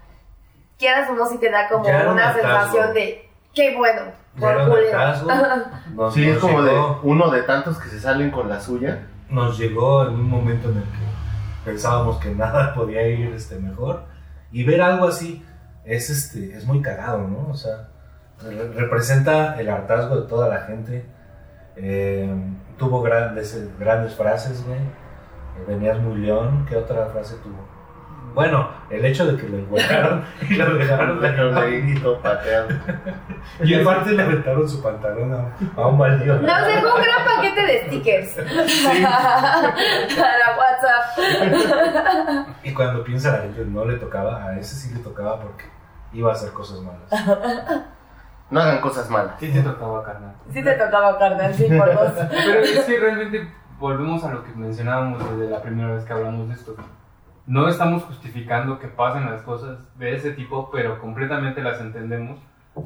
quieras o no, sí te da como
Ya era un
una
hartazgo.
sensación de qué bueno,
Ya era
por
un
culero.
hartazgo. Nos-
Sí, es
nos
como de
llegó-
uno de tantos que se salen con la suya.
nos llegó en un momento en el que pensábamos que nada podía ir este, mejor y ver algo así es, este, es muy cagado, ¿no? O sea, re- representa el hartazgo de toda la gente. Eh, tuvo grandes, eh, grandes frases, güey. Eh, Venías muy león, ¿qué otra frase tuvo? Bueno, el hecho de que lo encontraron y lo dejaron de
Leonidito pateado.
Y aparte le aventaron su pantalón a, a un baldío.
Nos dejó un gran paquete de stickers para WhatsApp.
Y cuando piensa la gente, no le tocaba, a ese sí le tocaba porque iba a hacer cosas malas.
No hagan cosas malas.
Sí, te tocaba, carnal.
Sí te tocaba carnal, sí, por dos.
Pero es que realmente volvemos a lo que mencionábamos desde la primera vez que hablamos de esto. No estamos justificando que pasen las cosas de ese tipo, pero completamente las entendemos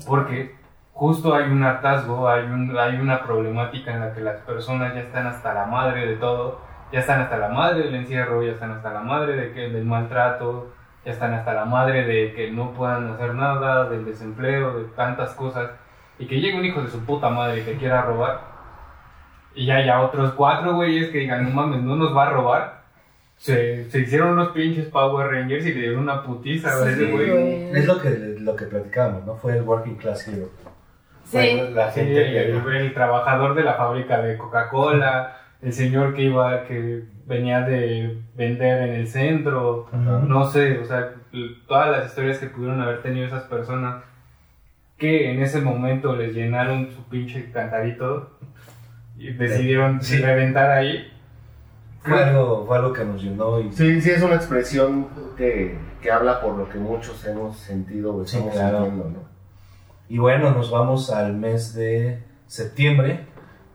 porque justo hay un hartazgo, hay, un, hay una problemática en la que las personas ya están hasta la madre de todo, ya están hasta la madre del encierro, ya están hasta la madre de que, del maltrato, ya están hasta la madre de que no puedan hacer nada, del desempleo, de tantas cosas, y que llegue un hijo de su puta madre que quiera robar, y ya, ya otros cuatro güeyes que digan, no mames, no nos va a robar. Se, se hicieron unos pinches Power Rangers y le dieron una putiza a ese
Sí,
güey.
güey.
Es lo que, lo que platicábamos, ¿no? Fue el Working Class Hero. Fue
Sí,
la
Sí,
gente
el, el trabajador de la fábrica de Coca-Cola, el señor que iba, que venía de vender en el centro,
que...
no sé, o sea, l- todas las historias que pudieron haber tenido esas personas que en ese momento les llenaron su pinche cantarito y decidieron
Sí.
reventar ahí.
fue, algo, fue algo que nos llenó y...
Sí, sí, es una expresión que, que habla por lo que muchos hemos sentido o
Sí,
estamos
claro.
sintiendo, ¿no?
Y bueno, nos vamos al mes de septiembre,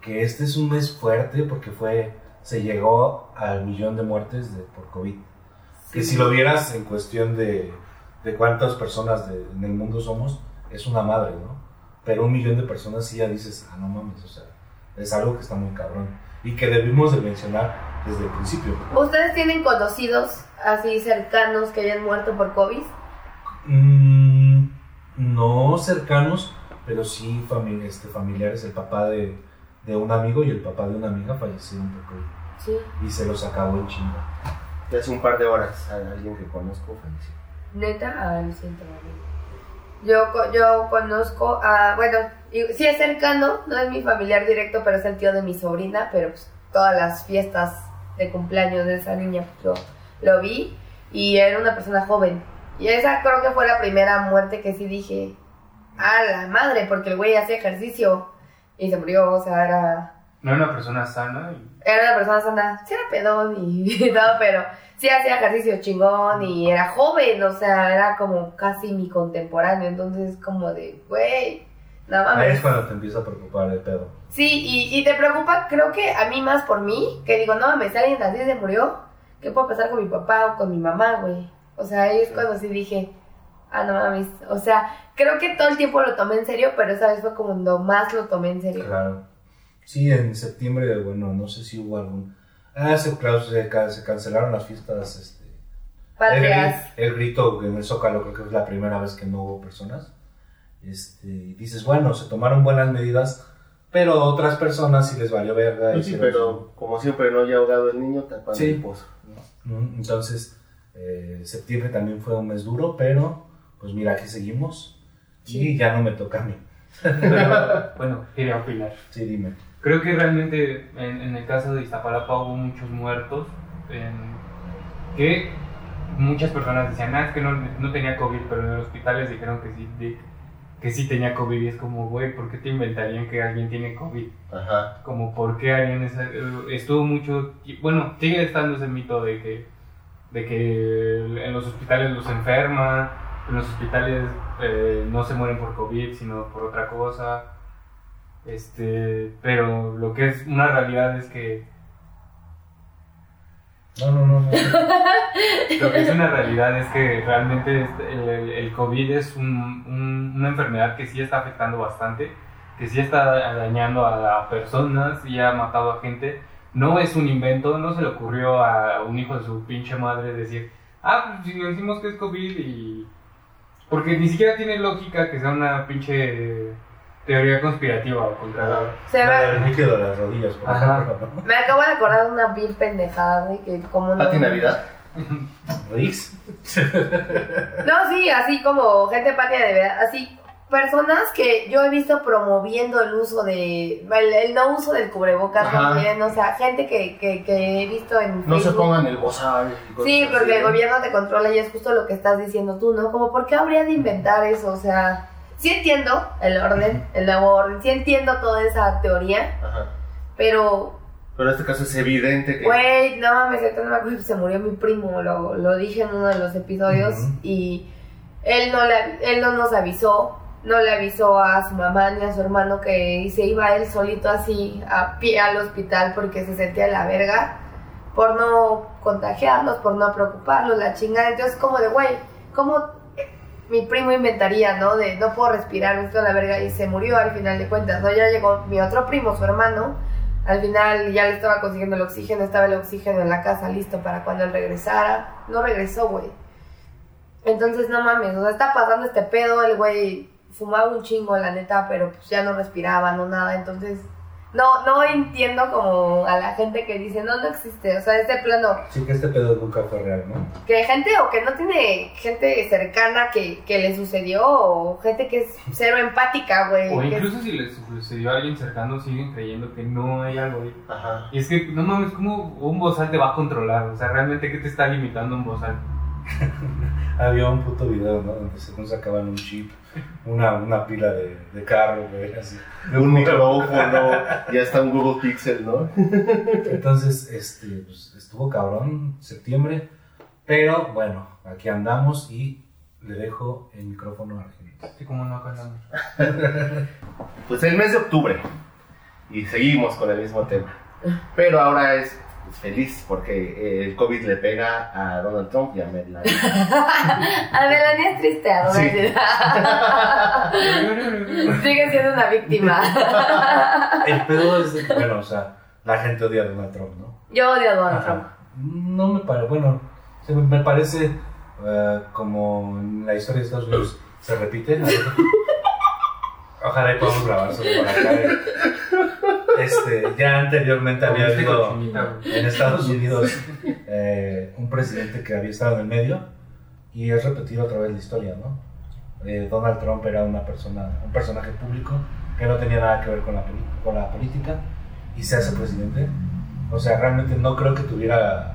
que este es un mes fuerte porque fue... Se llegó al millón de muertes de- por COVID. Que si lo vieras en cuestión de, de cuántas personas de- en el mundo somos, es una madre, ¿no? Pero un millón de personas sí ya dices, ah, no mames, o sea, es algo que está muy cabrón. Y que debimos de mencionar desde el principio.
¿ustedes tienen conocidos así cercanos que hayan muerto por COVID?
Mm, no cercanos, pero sí fami- este, familiares. El papá de, de un amigo y el papá de una amiga fallecieron por COVID
Sí.
y se los acabó en chinga.
Ya hace un par de horas a alguien que conozco falleció.
Neta, ah, lo siento, amigo. Yo, co- yo conozco a, bueno, y- sí es cercano, no es mi familiar directo, pero es el tío de mi sobrina, pero pues, todas las fiestas de cumpleaños de esa niña pues, yo lo vi y era una persona joven. Y esa creo que fue la primera muerte que sí dije, a la madre, porque el güey hacía ejercicio y se murió, o sea, era
No era una persona sana y
era una persona sana, sí era pedón y todo, pero sí hacía ejercicio chingón y era joven, o sea, era como casi mi contemporáneo, entonces como de, güey, no
Ahí es
mames.
cuando te empieza a preocupar el pedo.
Sí, y, y te preocupa, creo que a mí más por mí, que digo, no mames, si alguien así se murió, ¿qué puedo pasar con mi papá o con mi mamá, güey? O sea, ahí es cuando sí dije, ah, no mames, o sea, creo que todo el tiempo lo tomé en serio, pero esa vez fue cuando más lo tomé en serio.
Claro. Sí, en septiembre, bueno, no sé si hubo algún... Ah, se, claro, se, ca- se cancelaron las fiestas. Este, el,
Patrias.
gri- el grito en el Zócalo creo que es la primera vez que no hubo personas. Este, y dices, bueno, se tomaron buenas medidas, pero otras personas Pues sí les valió verga.
Pues Sí,
hicieron
pero como siempre no haya ahogado el niño, tapando
Sí.
el pozo.
su- ¿no? Entonces, eh, septiembre también fue un mes duro, pero pues mira, aquí seguimos.
Sí.
Y ya no me toca a mí.
pero, bueno, quería opinar.
Sí, dime.
Creo que realmente en, en el caso de Iztapalapa hubo muchos muertos en- que muchas personas decían, ah, es que no, no tenía COVID, pero en los hospitales dijeron que sí, de- que sí tenía COVID y es como, güey, ¿por qué te inventarían que alguien tiene COVID?
Ajá.
Como, ¿por qué harían esa...? Estuvo mucho... ti- Bueno, sigue estando ese mito de que, de que en los hospitales los enferman, en los hospitales eh, no se mueren por COVID, sino por otra cosa. Este, pero lo que es una realidad es que
No, no, no. no.
lo que es una realidad es que realmente es- el, el- el COVID es un- un- una enfermedad que sí está afectando bastante, que sí está dañando a, a personas y ha matado a gente. No es un invento, no se le ocurrió a un hijo de su pinche madre decir, ah, pues si decimos que es COVID y... Porque ni siquiera tiene lógica que sea una pinche teoría conspirativa contra la...
Se
La
ve-
del líquido de las rodillas, por
Ajá.
ejemplo. ¿no?
Me acabo de acordar de una vil pendejada, güey, que como no...
Pati Navidad.
Rix.
No, sí, así como gente patria de verdad, así personas que yo he visto promoviendo el uso de... el, el no uso del cubrebocas
Ajá.
también, o sea, gente que, que, que he visto en
No se
Facebook.
pongan el bozal. y cosas
Sí,
así,
porque el
¿no?
gobierno te controla y es justo lo que estás diciendo tú, ¿no? Como, ¿por qué habría de inventar eso? O sea, sí entiendo el orden, el nuevo orden, sí entiendo toda esa teoría,
Ajá.
pero
Pero en este caso es evidente que...
Güey, no mames, ahorita no me acuerdo, se murió mi primo, lo, lo dije en uno de los episodios
Ujú.
y él no, la- él no nos avisó, no le avisó a su mamá ni a su hermano que se iba él solito así a pie al hospital porque se sentía la verga por no contagiarlos, por no preocuparlos, la chingada. Entonces, como de, güey, ¿cómo eh, mi primo inventaría, no? De no puedo respirar, me estoy a la verga y se murió al final de cuentas, ¿no? Ya llegó mi otro primo, su hermano, al final ya le estaba consiguiendo el oxígeno, estaba el oxígeno en la casa listo para cuando él regresara. No regresó, güey. Entonces, no mames, o sea, está pasando este pedo, el güey fumaba un chingo, la neta, pero pues ya no respiraba, no nada, entonces... No, no entiendo como a la gente que dice, no, no existe, o sea, este plano,
Sí que este pedo nunca fue real, ¿no?
que gente o que no tiene gente cercana que, que le sucedió, o gente que es cero empática, güey.
O
Eh, que es-
incluso si les sucedió a alguien cercano, siguen creyendo que no hay algo ahí.
Ajá.
Y es que, no mames, ¿cómo un bozal te va a controlar? O sea, ¿realmente qué te está limitando un bozal?
Había un puto video, ¿no? Donde según sacaban un chip, una, una pila de, de carro, güey, así.
Un micrófono, ya está un Google Pixel, ¿no?
Entonces, este, pues, estuvo cabrón septiembre, pero bueno, aquí andamos y le dejo el micrófono a Argentina.
Así como no carnal.
Pues el mes de octubre. Y seguimos con el mismo tema. Pero ahora es pues, feliz porque eh, el COVID le pega a Donald Trump y a Merla.
A Melania es triste, a
Sí.
Sigue siendo una víctima.
El pedo es de que, bueno, o sea, la gente odia a Donald Trump, ¿no?
Yo odio a Donald Trump.
Ajá. No me parece, bueno, se me, me parece eh, como en la historia de Estados Unidos se repite. ¿no? Ojalá y podamos grabar sobre para acá. eh. este, ya anteriormente había
Comiste
habido
este cochinita, güey.
en Estados Unidos eh, un presidente que había estado en el medio y es repetido otra vez la historia, ¿no? Eh, Donald Trump era una persona, un personaje público que no tenía nada que ver con la, poli- con la política y se hace presidente. O sea, realmente no creo que tuviera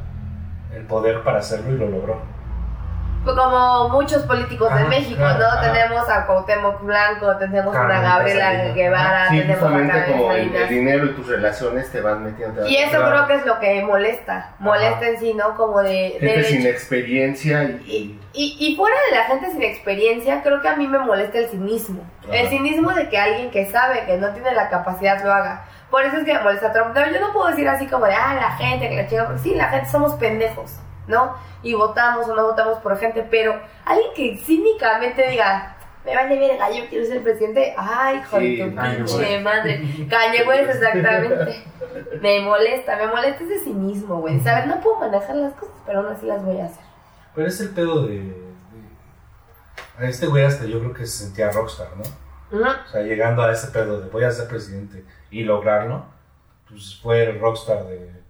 el poder para hacerlo y lo logró.
Pues Como muchos políticos de
Ajá,
México,
claro,
¿no?
ajá.
Tenemos a Cuauhtémoc Blanco, tenemos a
Carmen
Gabriela
Salinas.
Guevara,
Sí,
tenemos a
justamente
Carmen
como el, el
Salinas.
dinero y tus relaciones te van metiendo. te van-
Y eso
Claro.
creo que es lo que molesta, molesta en sí, ¿no? Como de...
gente
del
Este sin
hecho-
experiencia y,
y, y fuera de la gente sin experiencia, creo que a mí me molesta el cinismo.
Ajá.
El cinismo de que alguien que sabe que no tiene la capacidad lo haga. Por eso es que me molesta a Trump. No, yo no puedo decir así como de, ah, la gente, que la chinga. porque Sí, la gente somos pendejos, ¿no? Y votamos o no votamos por gente, pero alguien que cínicamente diga, me vale verga, yo quiero ser presidente. Ay, hijo
Sí,
de tu
Kanye
pinche
West.
madre. Kanye West, exactamente. me molesta, me molesta ese cinismo, güey. ¿Sabes? No puedo manejar las cosas, pero aún así las voy a hacer.
Pero es el pedo de... de- Este güey hasta yo creo que se sentía rockstar, ¿no?
Ujú.
O sea, llegando a ese pedo de voy a ser presidente y lograrlo, pues fue el rockstar de...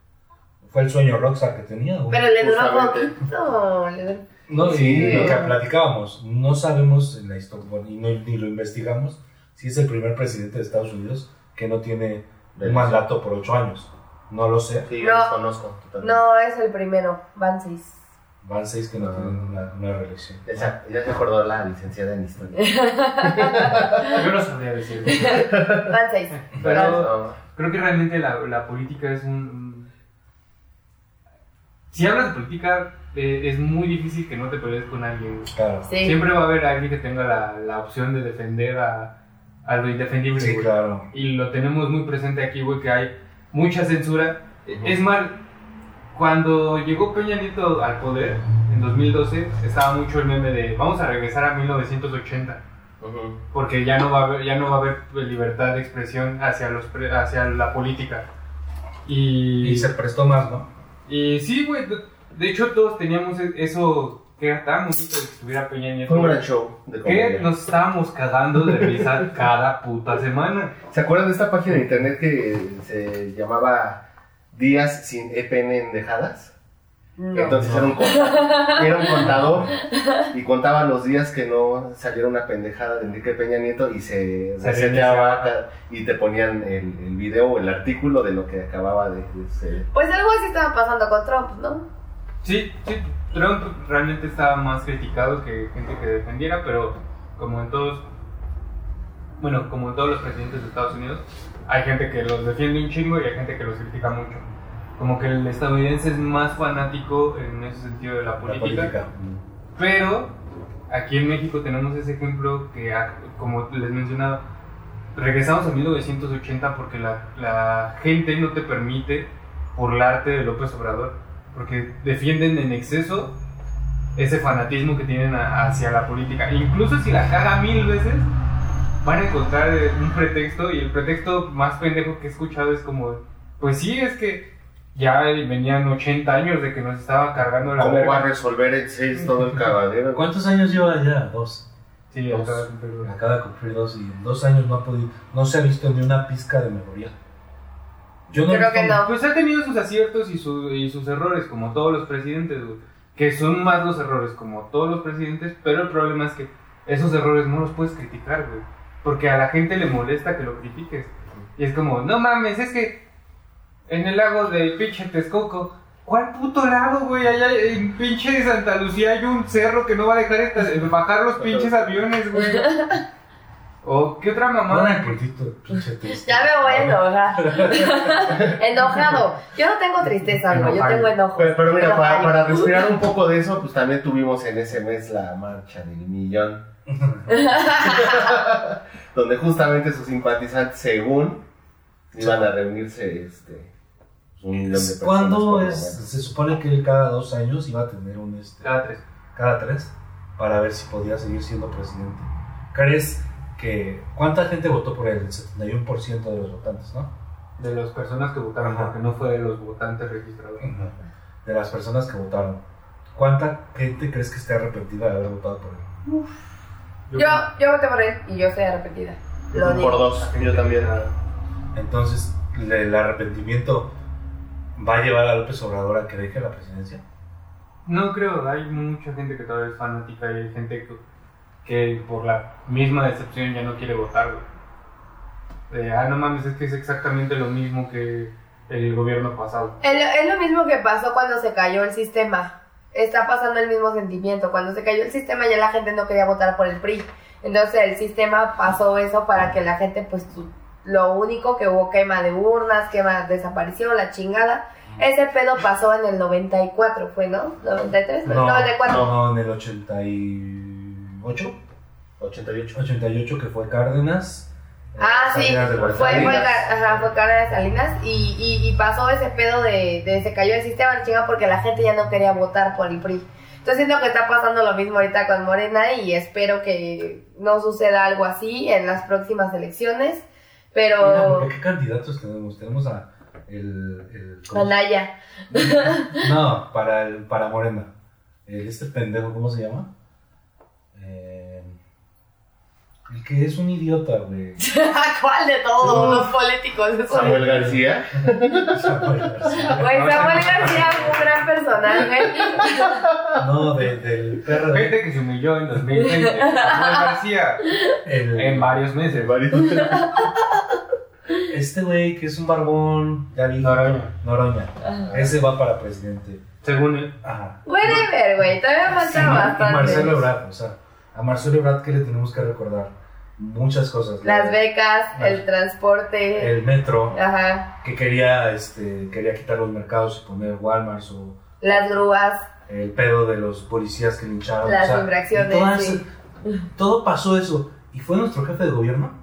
Fue el sueño rockstar que tenía. güey.
Pero le duró
Justamente.
poquito. le duró-
No, y
Sí.
lo que platicábamos, no sabemos en la historia, bueno, y no, ni lo investigamos, si es el primer presidente de Estados Unidos que no tiene un mandato por ocho años. No lo sé,
Sí,
No.
yo los conozco totalmente.
No, es el primero, van seis.
van seis que no tienen una, una reelección.
Ya se, ya se acordó la licenciada en historia.
Yo no sabía decirlo.
Van seis.
Pero
No,
creo que realmente la, la política es un, un- Si hablas de política, eh, es muy difícil que no te pelees con alguien. güey.
Claro.
Sí.
Siempre va a haber alguien que tenga la, la opción de defender a, a lo indefendible.
Sí,
güey.
claro.
Y lo tenemos muy presente aquí, güey, que hay mucha censura. E-
Ujú.
Es más, cuando llegó Peña Nieto al poder, en 2012, estaba mucho el meme de vamos a regresar a 1980
Ujú.
porque ya no va a haber, ya no va a haber libertad de expresión hacia los pre- hacia la política. Y,
Y se prestó más, ¿no?
y sí, güey, de- de hecho todos teníamos e- eso que era tan bonito de que estuviera Peña Nieto.
Fue un gran show de
que
comedia.
nos estábamos cagando de risa cada puta semana.
¿Se acuerdan de esta página de internet que se llamaba Días sin E EPN en dejadas?
No.
Entonces era un, contador, era un contador y contaba los días que no saliera una pendejada de Enrique Peña Nieto y se
Se
reseteaba ca- y te ponían el, el video o el artículo de lo que acababa de, de ser.
Pues algo así estaba pasando con Trump, ¿no?
Sí, sí, Trump realmente estaba más criticado que gente que defendiera, pero como en todos, bueno, como en todos los presidentes de Estados Unidos, hay gente que los defiende un chingo y hay gente que los critica mucho. Como que el estadounidense es más fanático en ese sentido de la
La
política,
política.
pero aquí en México tenemos ese ejemplo que, ah, como les mencionaba, regresamos a 1980 porque la, la gente no te permite burlarte de López Obrador, porque defienden en exceso ese fanatismo que tienen a- hacia la política. Incluso si la caga mil veces, van a encontrar eh, un pretexto y el pretexto más pendejo que he escuchado es como, pues sí, es que ya venían 80 años de que nos estaba cargando la
¿Cómo
verga".
va a resolver en seis todo el caballero?
¿Cuántos años lleva ya? Dos.
Sí,
Dos.
acaba de cumplir dos.
Acaba de cumplir dos y en dos años no ha podido, no se ha visto ni una pizca de mejoría. Yo he
Creo
visto
que no.
Pues ha tenido sus aciertos y, su- y sus errores, como todos los presidentes, güey. Que son más los errores, como todos los presidentes, pero el problema es que esos errores no los puedes criticar, güey. Porque a la gente le molesta que lo critiques. Y es como, no mames, es que en el lago de pinche Texcoco, ¿cuál puto lago, güey? Allá en pinche Santa Lucía hay un cerro que no va a dejar esta- bajar los pinches aviones, güey. ¿O qué otra mamada?
Ahora el puntito, pinche triste.
Ya me voy a enojar. Enojado. Yo no tengo tristeza, no, yo
Enojado.
tengo enojo.
Pero, pero mira, para,
Enojado.
para respirar un poco de eso, pues también tuvimos en ese mes la marcha del millón. donde justamente sus simpatizantes, según, iban a reunirse este, un millón de personas.
¿Cuándo
por lo
es?
menos.
Se supone que cada dos años iba a tener un este,
Cada tres.
cada tres para ver si podía seguir siendo presidente. ¿Crees que cuánta gente votó por él? El 71% de los votantes, ¿no?
De las personas que votaron,
Ajá.
porque no fue de los votantes registrados.
De las personas que votaron. ¿Cuánta gente crees que esté arrepentida de haber votado por él?
Yo, yo voté por él y yo soy arrepentida. Lo
Por
digo.
Ah.
dos, yo también.
Entonces, el arrepentimiento va a llevar a López Obrador a que deje la presidencia?
No creo, hay mucha gente que todavía es fanática y hay gente que, que por la misma decepción ya no quiere votar, güey. Eh, ah, no mames, es que es exactamente lo mismo que el gobierno pasado.
Es lo, es lo mismo que pasó cuando se cayó el sistema. Está pasando el mismo sentimiento. Cuando se cayó el sistema ya la gente no quería votar por el PRI. Entonces el sistema pasó eso para que la gente, pues tu- lo único que hubo quema de urnas, quema, desaparición, la chingada. Ese pedo pasó en el 94, ¿fue, no? ¿93? No, 94.
no, en el 88,
88.
88 que fue Cárdenas. eh,
Ah, sí,
Salinas de
fue, fue,
Gortari.
Car- ajá, fue Carla de Salinas y, y, y pasó ese pedo de, de se cayó el sistema en chinga porque la gente ya no quería votar por el PRI. Entonces siento que está pasando lo mismo ahorita con Morena y espero que no suceda algo así en las próximas elecciones,
Mira,
pero
porque ¿Qué candidatos tenemos? Tenemos a el, el- ¿cómo se-
Anaya,
No, para, el, para Morena. El- este pendejo, ¿cómo se llama? Eh, el que es un idiota, güey.
¿cuál de todos los políticos?
Samuel García.
Samuel García.
Güey, Samuel García un gran personaje.
No, de- del perro.
Gente que se humilló en 2020, Samuel García, en varios meses.
Este güey que es un barbón. Ya dije.
Noroña.
Noroña. Ese va para presidente.
Según él.
Ajá.
Whatever, güey, todavía falta
Sí,
bastante.
y Marcelo Ebrard, o sea, a Marcelo Ebrard que le tenemos que recordar muchas cosas. La-
Las becas, el
Las-
transporte,
El metro,
ajá.
que quería, este, quería quitar los mercados y poner Walmart o
las grúas,
el pedo de los policías que lincharon.
Las
o sea,
infracciones,
y todas-
sí.
Todo pasó eso. ¿Y fue nuestro jefe de gobierno?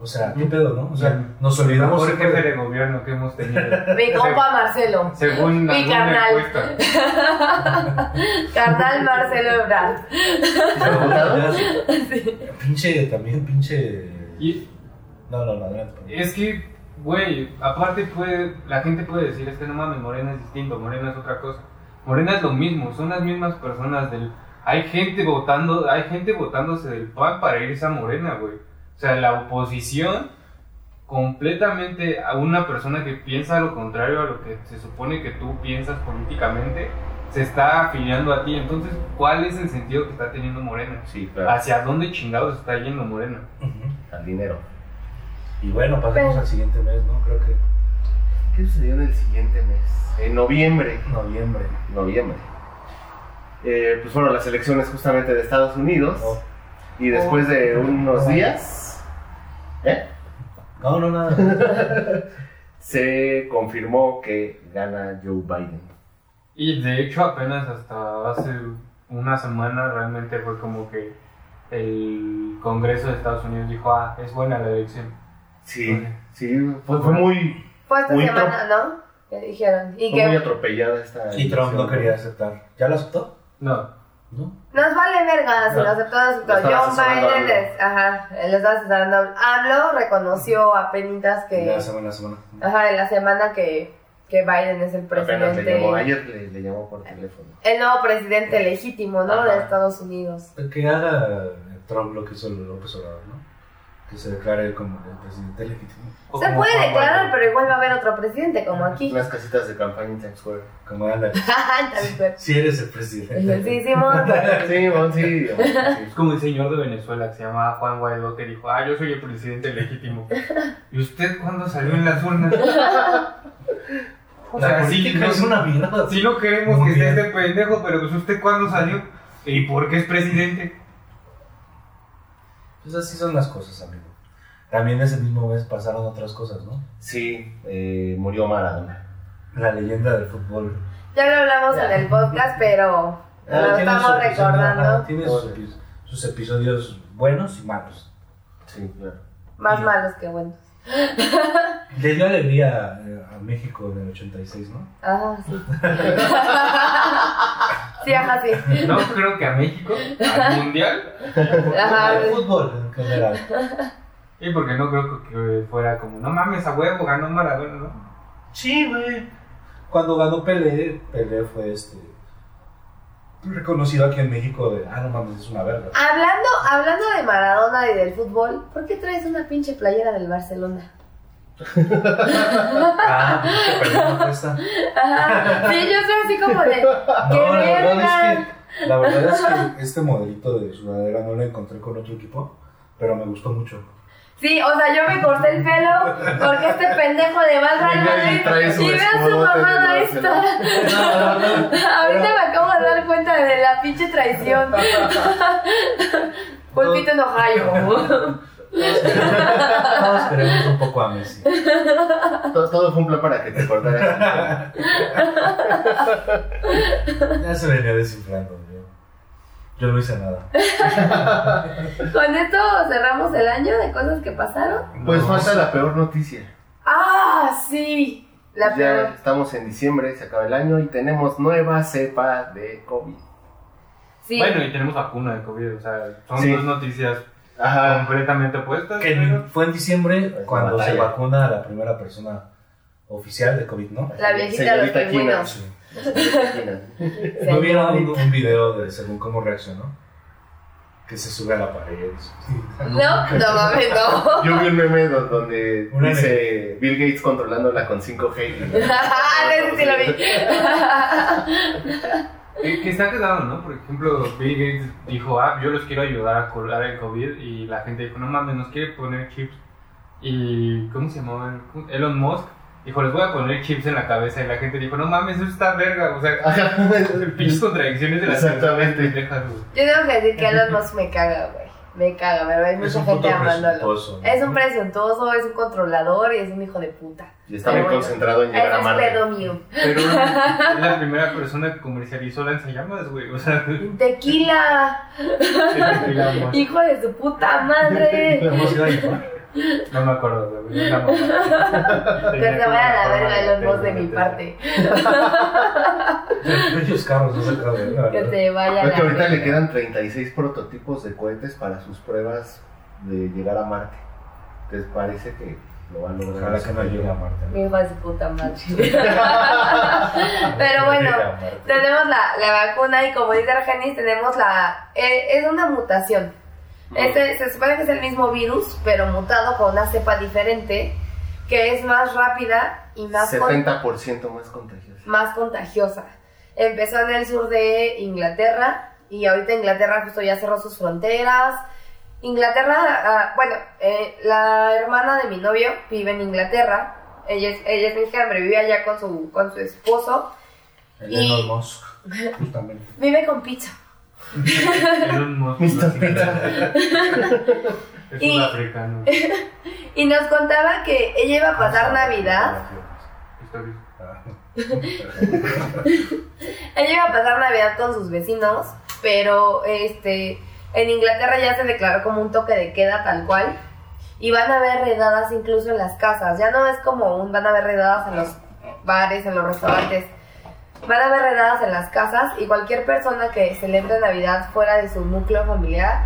O sea, ¿qué
Mm.
pedo, no? O sea,
Mm.
nos
El
olvidamos
mejor
siempre
jefe
de-
de gobierno que hemos tenido.
mi compa Marcelo,
Según
mi
alguna
carnal,
encuesta.
carnal Marcelo Ebrard.
Ya, Pinche, también pinche...
Y
No, no, no, adelante.
es que, güey, aparte puede, la gente puede decir, es que no mames, Morena es distinto, Morena es otra cosa. Morena es lo mismo, son las mismas personas del... Hay gente votando, hay gente votándose del PAN para irse a Morena, güey. O sea, la oposición completamente a una persona que piensa lo contrario a lo que se supone que tú piensas políticamente, se está afiliando a ti. Entonces, ¿cuál es el sentido que está teniendo Morena?
Sí, claro.
¿Hacia dónde chingados está yendo Morena?
Ujú.
Al dinero.
Y bueno, pasemos
Pero-
al siguiente mes, ¿no? Creo que
¿Qué sucedió en el siguiente mes? En noviembre.
noviembre.
Noviembre. Eh, pues fueron las elecciones justamente de Estados Unidos.
No,
Y después de unos
No.
días. ¿eh?
no, no nada.
Se confirmó que gana Joe Biden.
Y de hecho apenas hasta hace una semana realmente fue como que el Congreso de Estados Unidos dijo, ah, es buena la elección.
Sí, sí, fue, fue muy,
Fue esta
Muy
semana, ¿no? Que dijeron. Y
fue muy
que
atropellada esta.
Y Trump no
elección.
quería aceptar. ¿Ya lo aceptó?
No,
¿No?
nos vale verga, si
No.
lo aceptó, no aceptó.
Lo estaba
John
asesorando
Biden
AMLO.
les, ajá, les estaba asesorando. AMLO reconoció apenas que,
La semana, la semana.
Ah.
ajá, en la semana que, que Biden es el
Apenas le llamó,
presidente,
ayer le, le llamó por teléfono.
el nuevo presidente legítimo, ¿no?
Ajá.
De Estados Unidos.
Que haga Trump lo que hizo López Obrador, ¿no? Que se declare como el presidente legítimo.
O
Se
como
puede
Juan
declarar,
Guaidó.
pero igual va a haber otro presidente, como aquí.
Unas casitas de campaña en Times Square.
Como anda.
Tal
Si eres el presidente.
cual. Sí, Simón.
Sí, bueno, sí.
Es como el señor de Venezuela que se llamaba Juan Guaidó que dijo, ah, yo soy el presidente legítimo. ¿Y usted cuándo salió en las urnas? O sea,
La
sí,
política
no-
es una mierda.
Si no queremos
Muy
que esté
bien.
este pendejo, pero pues usted cuándo salió y por qué es presidente.
Pues así son las cosas, amigo. También ese mismo mes pasaron otras cosas, ¿no?
Sí, eh, murió Maradona.
La leyenda del fútbol.
Ya lo hablamos en el podcast, pero lo
Tiene su
estamos
episodio- ajá,
recordando.
Tiene sus epi- sus episodios buenos y malos.
Sí, claro.
Más malos que buenos.
Le dio alegría eh, a México en el 86, ¿no?
Ah, sí. sí, ajá, sí.
No creo que a México, al mundial,
Ajá.
El fútbol en general.
Y porque no creo que que fuera como, no mames, a huevo, ganó Maradona, ¿no?
Sí, güey. Cuando ganó Pelé, Pelé fue este reconocido aquí en México de, ah, no mames, es una verga.
Hablando, hablando de Maradona y del fútbol, ¿por qué traes una pinche playera del Barcelona?
Ah, pues, pero no cuesta.
Ajá. Sí, yo soy así como de. Ah, ¡Qué
No, la verdad
verga!
es que, la verdad es que este modelito de sudadera no lo encontré con otro equipo, pero me gustó mucho.
Sí, o sea, yo me corté el pelo porque este pendejo de más
Venga, y trae su
y vean su
escudote de
mamada esta.
Barcelona.
Ahorita me acabo de dar cuenta de la pinche traición. Pulpito en Ohio.
Todos queremos un poco a Messi.
Todo, todo fue un plan para que te cortaras.
Ya se venía desinflando, yo. Yo no hice nada.
Con esto cerramos el año de cosas que pasaron.
Pues
No,
falta la peor noticia.
¡Ah, sí! La
ya
peor.
estamos en diciembre, se acaba el año y tenemos nueva cepa de COVID.
Sí.
Bueno, y tenemos vacuna de COVID, o sea, son
Sí.
dos noticias
Ajá.
completamente opuestas.
Que en-
pero-
fue en diciembre cuando se
Batalla.
vacuna a la primera persona oficial de COVID, ¿no?
La viejita
Señorita
de los pingüinos.
Quina. La señorita Quina.
Sí.
¿No vieron un, un video de según cómo reaccionó? Que se sube a la pared.
No, no mames, no.
Yo vi un meme do- donde
Una
dice Bill Gates controlándola con 5G.
Ah, ese sí lo vi.
Que, que está quedado, ¿no? Por ejemplo, Bill Gates dijo, ah, yo los quiero ayudar a colar el COVID y la gente dijo, no mames, nos quiere poner chips. Y, ¿cómo se llamaba? el- cómo- Elon Musk dijo, les voy a poner chips en la cabeza y la gente dijo, no mames, eso está verga. O sea, pinches contradicciones de las
Ah, Exactamente.
personas pendejas, güey.
Yo tengo que decir que Elon Musk me caga, güey. Me caga, pero hay mucha gente amándolo.
presuntuoso, ¿no?
Es un presuntuoso, es un controlador y es un hijo de puta.
Y está muy concentrado en
Ese
llegar a
es pedo
Marte.
mío.
Pero es la primera persona que comercializó lanzallamas, güey. O sea,
Tequila,
digamos,
hijo de su puta madre.
¿Cómo se iba a llamar?
no me acuerdo, güey. es la mamá.
Que se vaya a la verga Elon Musk de mi
Tenía como
parte.
Bellos carros, no se acaba de ver,
Que
¿verdad?
se vaya a
Es
la
que ahorita
verga.
le quedan 36 prototipos de cohetes para sus pruebas de llegar a Marte. Entonces parece que lo van a lograr.
Ojalá que no llegue a Marte.
Mi hijo de su puta madre. Pero bueno,
Llegue a Marte.
tenemos la, la vacuna y como dice Argenis, tenemos la... eh, es una mutación. Este, se supone que es el mismo virus, pero mutado con una cepa diferente, que es más rápida y más, con-
70% más contagiosa.
más contagiosa. Empezó en el sur de Inglaterra y ahorita Inglaterra justo ya cerró sus fronteras. Inglaterra, ah, bueno, eh, la hermana de mi novio vive en Inglaterra. Ella es, ella es mexicana, pero vive allá con su, con su esposo.
El
Y-
Elon Musk, justamente.
Vive con pizza.
Elon Musk. no sé. Es
Y-
un africano.
Y nos contaba que ella iba a pasar Navidad
Historia.
Ah.
Ella iba a pasar Navidad con sus vecinos, pero este en Inglaterra ya se declaró como un toque de queda tal cual. Y van a haber redadas incluso en las casas. Ya no es como un van a haber redadas en los bares, en los restaurantes. Van a haber redadas en las casas y cualquier persona que celebre Navidad fuera de su núcleo familiar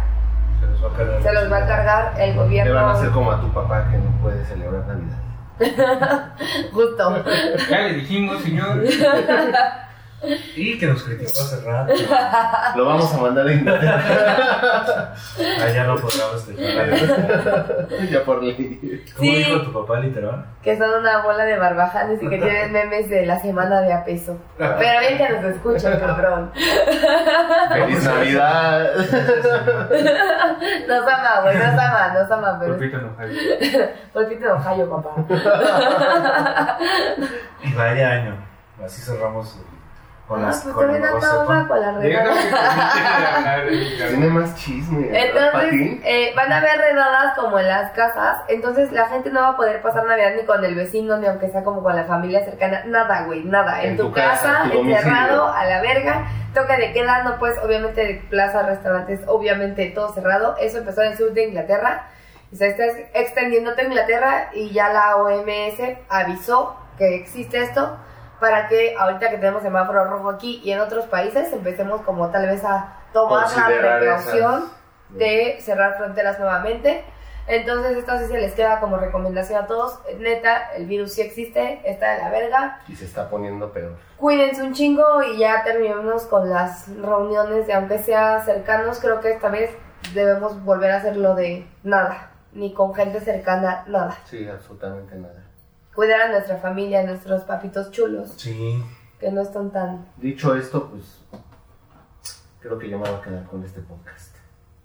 Se los va a cargar.
se los va a cargar el
Te van a hacer
gobierno.
como a tu papá que no puede celebrar Navidad.
Justo.
Ya le dijimos, señor.
Y que nos criticó hace rato.
Lo vamos a mandar a Inglaterra
Allá Ah, no podrá festejar.
ya por ley.
¿Cómo
Sí.
dijo tu papá literal?
Que son una bola de barbajanes y que tienen memes de la semana de apeso. Pero bien que nos escuchan, cabrón.
¡Feliz Navidad!
Nos ama, güey, nos ama, nos ama, pero
Pepito enojado.
Pulpito de Ohio, papá.
Y vaya año. Así cerramos eh, con
Ah,
las
pues
con la
también
nueva
anda
cepa.
una con la
Déjame
redada.
que termine de hablar.
Tiene más chisme. ¿verdad,
Entonces,
Pati?
eh, van a haber redadas como en las casas. Entonces, la gente no va a poder pasar Navidad ni con el vecino, ni aunque sea como con la familia cercana. Nada, güey, nada. En,
En
tu,
tu casa,
casa,
en tu
encerrado,
domicilio.
a la verga. Toque de queda, no puedes, obviamente, de plazas, restaurantes, obviamente, todo cerrado. Eso empezó en el sur de Inglaterra. Y se está ex- extendiendo a Inglaterra y ya la OMS avisó que existe esto para que ahorita que tenemos semáforo rojo aquí y en otros países empecemos como tal vez a tomar la
Considerar esas-
precaución de cerrar fronteras nuevamente. Entonces, esto sí se les queda como recomendación a todos. Neta, el virus sí existe, está de la verga.
Y se está poniendo peor.
Cuídense un chingo y ya terminemos con las reuniones de aunque sea cercanos. Creo que esta vez debemos volver a hacer lo de nada. ni con gente cercana, nada.
Sí, absolutamente nada.
Cuidar a nuestra familia, a nuestros papitos chulos,
Sí.
que no están tan...
Dicho esto, pues creo que yo me voy a quedar con este podcast.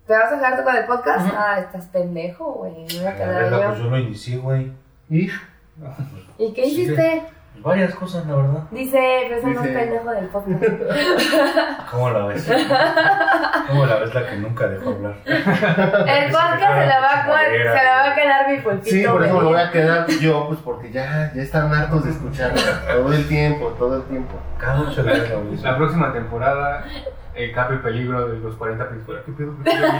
¿Te vas a quedar tú con el podcast? Ah, estás pendejo, güey. Me voy a
La
quedar
verdad, pues
yo.
yo lo inicié, güey.
Y
¿Y qué hiciste?
Pues varias cosas, la verdad.
Dice, pero es un
Dice-
pendejo del podcast.
¿Cómo la ves? ¿Cómo la ves la que nunca dejó hablar?
El podcast se la va a, cua- se la va a quedar mi pulpito.
ah, sí, por eso me
güey.
lo voy a quedar yo, pues porque ya, ya están hartos de escucharme todo el tiempo, todo el tiempo.
Cada ocho le ves lo mismo.
La próxima temporada, el capo y peligro de los 40 películas. ¿Qué pedo? ¿Qué pedo?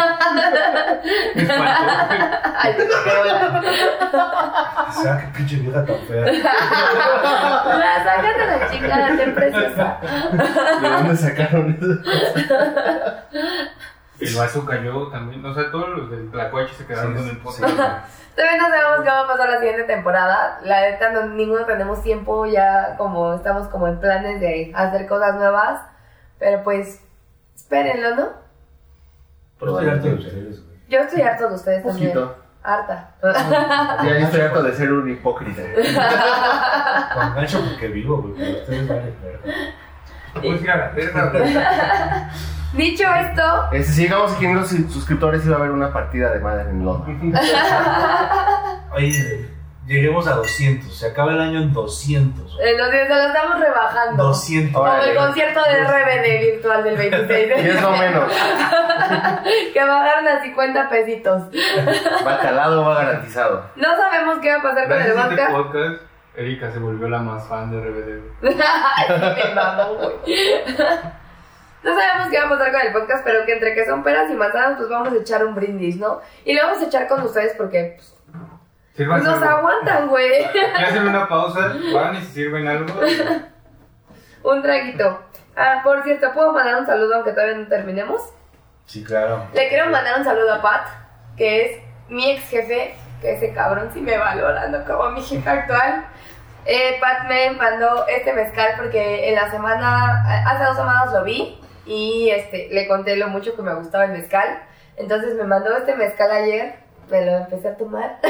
Me espanto.
Ay, qué bola.
Quizá "Ah, qué pinche vieja tan fea.
La sácate la chingada, qué preciosa.
¿De dónde sacaron eso?
El vaso cayó también. O sea, todos los del Tlacuache se quedaron con el
Sí,
podcast.
Todavía no sabemos qué va a pasar la siguiente temporada. La neta, no, ninguno tenemos tiempo ya, como estamos como en planes de hacer cosas nuevas. Pero pues, espérenlo, ¿no?
Pero estoy harto de ustedes, güey.
Yo estoy harto de ustedes
Un
también.
poquito.
Harta.
Ya, yo estoy harto de ser un hipócrita.
Con gancho porque vivo, güey. Pero ustedes valen verga.
Puedes ir a la perra, güey.
Dicho esto,
Este, si llegamos a 500 sus- suscriptores, iba a haber una partida de madre en Londres.
Oye, lleguemos a 200. Se acaba el año en 200. güey.
eh, nos, se lo estamos rebajando.
200.
Como el
Órale.
concierto de RBD virtual del 26
Y es lo menos.
que bajaron a 50 pesitos.
Va calado, va garantizado.
No sabemos qué va a pasar con el
Gracias a este
vodka.
podcast, Erika se volvió la más fan de RBD. güey.
Ay, me mamó, güey. No sabemos qué va a pasar con el podcast, pero que entre que son peras y manzanas, pues vamos a echar un brindis, ¿no? Y lo vamos a echar con ustedes porque pues,
Sírvanse,
nos
güey.
aguantan, güey.
Ya hacen una pausa, van y se sirven algo.
Un traguito. Ah, por cierto, ¿puedo mandar un saludo aunque todavía no terminemos?
Sí, claro.
Le quiero mandar un saludo a Pat, que es mi ex jefe, que ese cabrón sí me valora, no como mi jefe actual. Eh, Pat me mandó este mezcal porque en la semana, hace dos semanas lo vi y este, le conté lo mucho que me gustaba el mezcal. Entonces me mandó este mezcal ayer, me lo empecé a tomar.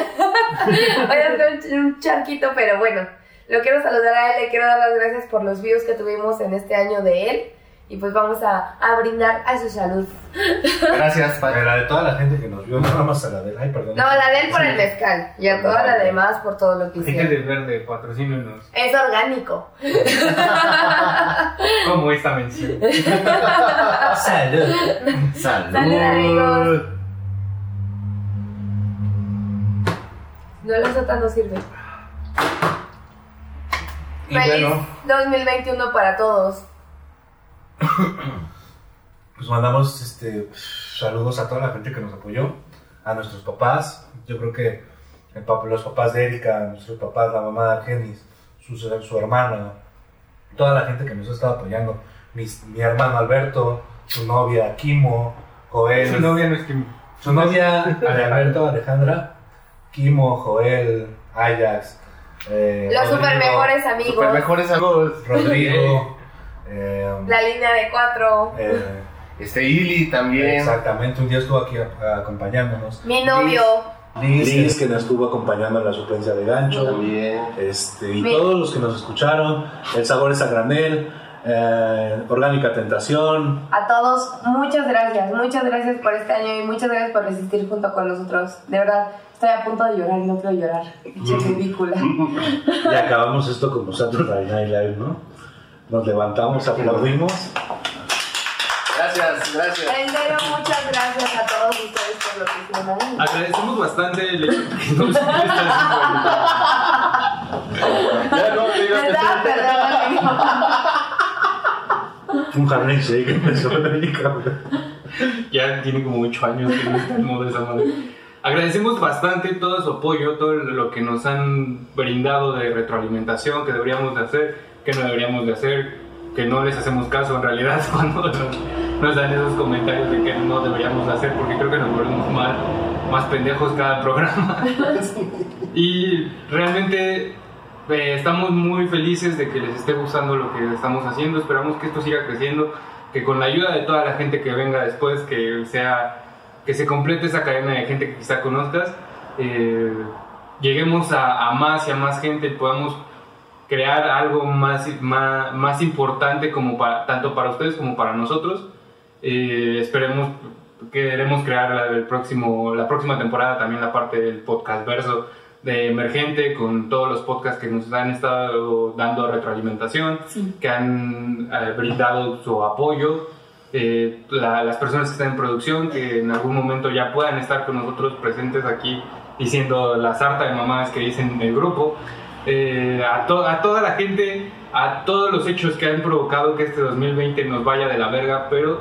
Oigan, fue un ch- un charquito, pero bueno. Lo quiero saludar a él, le quiero dar las gracias por los views que tuvimos en este año de él. Y pues vamos a, a brindar a su salud.
Gracias,
A
Pat.
la de toda la gente que nos vio, no nada más a la de. Ay, perdón.
No, la de él por el mezcal y a toda la demás por todo lo que
Gente
hicieron.
de verde, patrocínenos.
Es orgánico.
Como esta mención.
Ah, Salud.
Salud, amigos.
Salud.
No, la sota no sirve.
Y
Feliz
bueno,
2021 para todos.
pues mandamos este, saludos a toda la gente que nos apoyó, a nuestros papás. Yo creo que el pap- los papás de Erika, nuestros papás, la mamá de Argenis, su, su hermana, toda la gente que nos ha estado apoyando. Mis- mi hermano Alberto, su novia Kimo, Joel,
Su novia no es que.
Su novia, Alberto, Alejandra, Kimo, Joel, Ajax, eh,
Los
Rodrigo,
super mejores
Super
amigos.
mejores amigos.
Rodrigo, eh,
La línea de cuatro.
eh,
Este, Ili también.
exactamente, un día estuvo aquí a- acompañándonos.
Mi novio.
Liz, que nos estuvo acompañando en la suplencia de gancho.
También.
Este, y
Mi-
todos los que nos escucharon, el sabor es a granel, eh, orgánica tentación.
A todos, muchas gracias. Muchas gracias por este año y muchas gracias por resistir junto con nosotros. De verdad, estoy a punto de llorar y no quiero llorar. Qué ridícula.
Y acabamos esto como Saturday Night Live, ¿no? Nos levantamos, aplaudimos.
Gracias, gracias.
En serio, muchas gracias a todos ustedes por lo que hicieron.
Agradecemos bastante el hecho de que nos estás
Ya no, digas
Me estaba
que-
perdonando, amigo.
Un jardín shake empezó a
Ya tiene como 8 años que no está en moda esa madre. Agradecemos bastante todo su apoyo, todo lo que nos han brindado de retroalimentación que deberíamos de hacer, que no deberíamos de hacer, que no les hacemos caso en realidad cuando nos- nos dan esos comentarios de que no deberíamos de hacer porque creo que nos volvemos mal, más pendejos cada programa. y realmente eh, estamos muy felices de que les esté gustando lo que estamos haciendo, esperamos que esto siga creciendo que con la ayuda de toda la gente que venga después, que sea que se complete esa cadena de gente que quizá conozcas eh, lleguemos a, a más y a más gente, podamos crear algo más, más, más importante como para, tanto para ustedes como para nosotros. Eh, esperemos, queremos crear la, el próximo, la próxima temporada también la parte del podcast verso de Emergente con todos los podcasts que nos han estado dando retroalimentación, que han eh, brindado su apoyo. eh, la- las personas que están en producción, que en algún momento ya puedan estar con nosotros presentes aquí diciendo la sarta de mamadas que dicen el grupo. Eh, a, to- a toda la gente, a todos los hechos que han provocado que este 2020 nos vaya de la verga, pero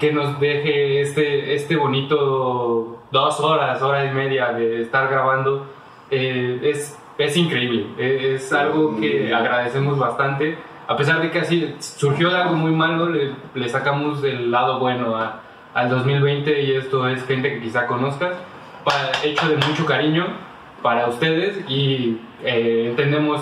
que nos deje este, este bonito dos horas, hora y media de estar grabando, eh, es, es increíble, Eh, es algo que agradecemos bastante. A pesar de que así surgió de algo muy malo, le, le sacamos el lado bueno a- al 2020 y esto es gente que quizá conozcas, pa- hecho de mucho cariño para ustedes y eh, entendemos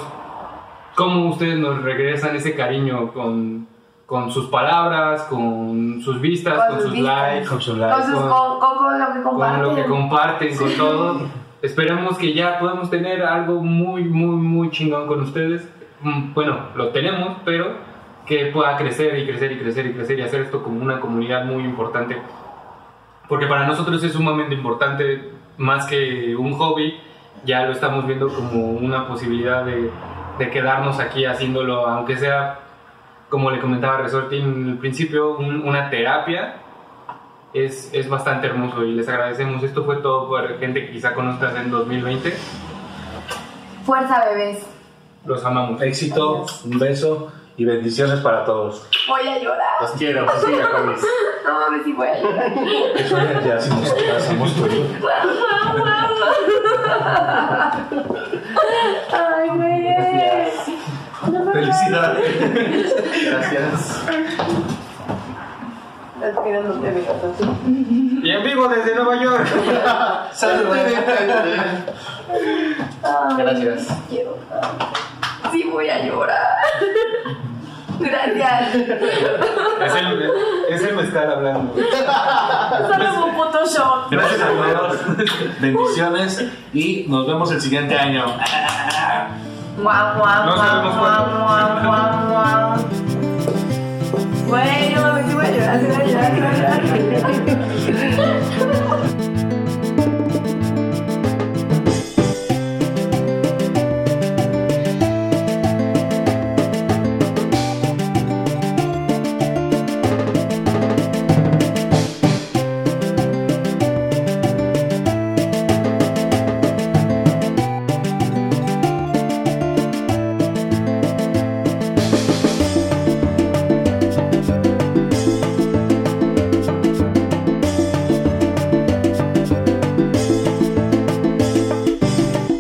cómo ustedes nos regresan ese cariño con, con sus palabras, con sus vistas,
Con
con,
sus
sus,
vistas.
likes,
Con su
Con,
like.
sus-
con-
con- con- con lo
con
que comparten.
lo que comparten, con todo. Esperamos que ya podamos tener algo muy, muy, muy chingón con ustedes. Mm, Bueno, lo tenemos, pero que pueda crecer y crecer y crecer y crecer y hacer esto como una comunidad muy importante. Porque para nosotros es sumamente importante, más que un hobby, ya lo estamos viendo como una posibilidad de, de quedarnos aquí haciéndolo, aunque sea, como le comentaba Resorti en el principio, un- una terapia es, es bastante hermoso y les agradecemos. Esto fue todo por gente que quizá conozcas en 2020.
Fuerza, bebés.
Los amamos.
Éxito, un beso y bendiciones para todos.
Voy a llorar.
Los quiero,
pues
sí, comis.
No mames, sí voy a llorar.
Eso ya, ya hacemos, ya hacemos tuyo.
Ay, güey.
Felicidades.
Gracias.
Las piernas no te veo, entonces.
Y en vivo desde Nueva York.
Ay,
Gracias.
Quiero. Sí voy a llorar. Gracias.
Es el, es el mezcal hablando.
Solo un Photoshop.
Gracias a todos. Bendiciones y nos vemos el siguiente año.
Guau, guau,
No
guau,
sabemos
guau, guau, guau, guau. Güey, no mames, sí voy a llorar, sí voy a llorar, sí voy a llorar.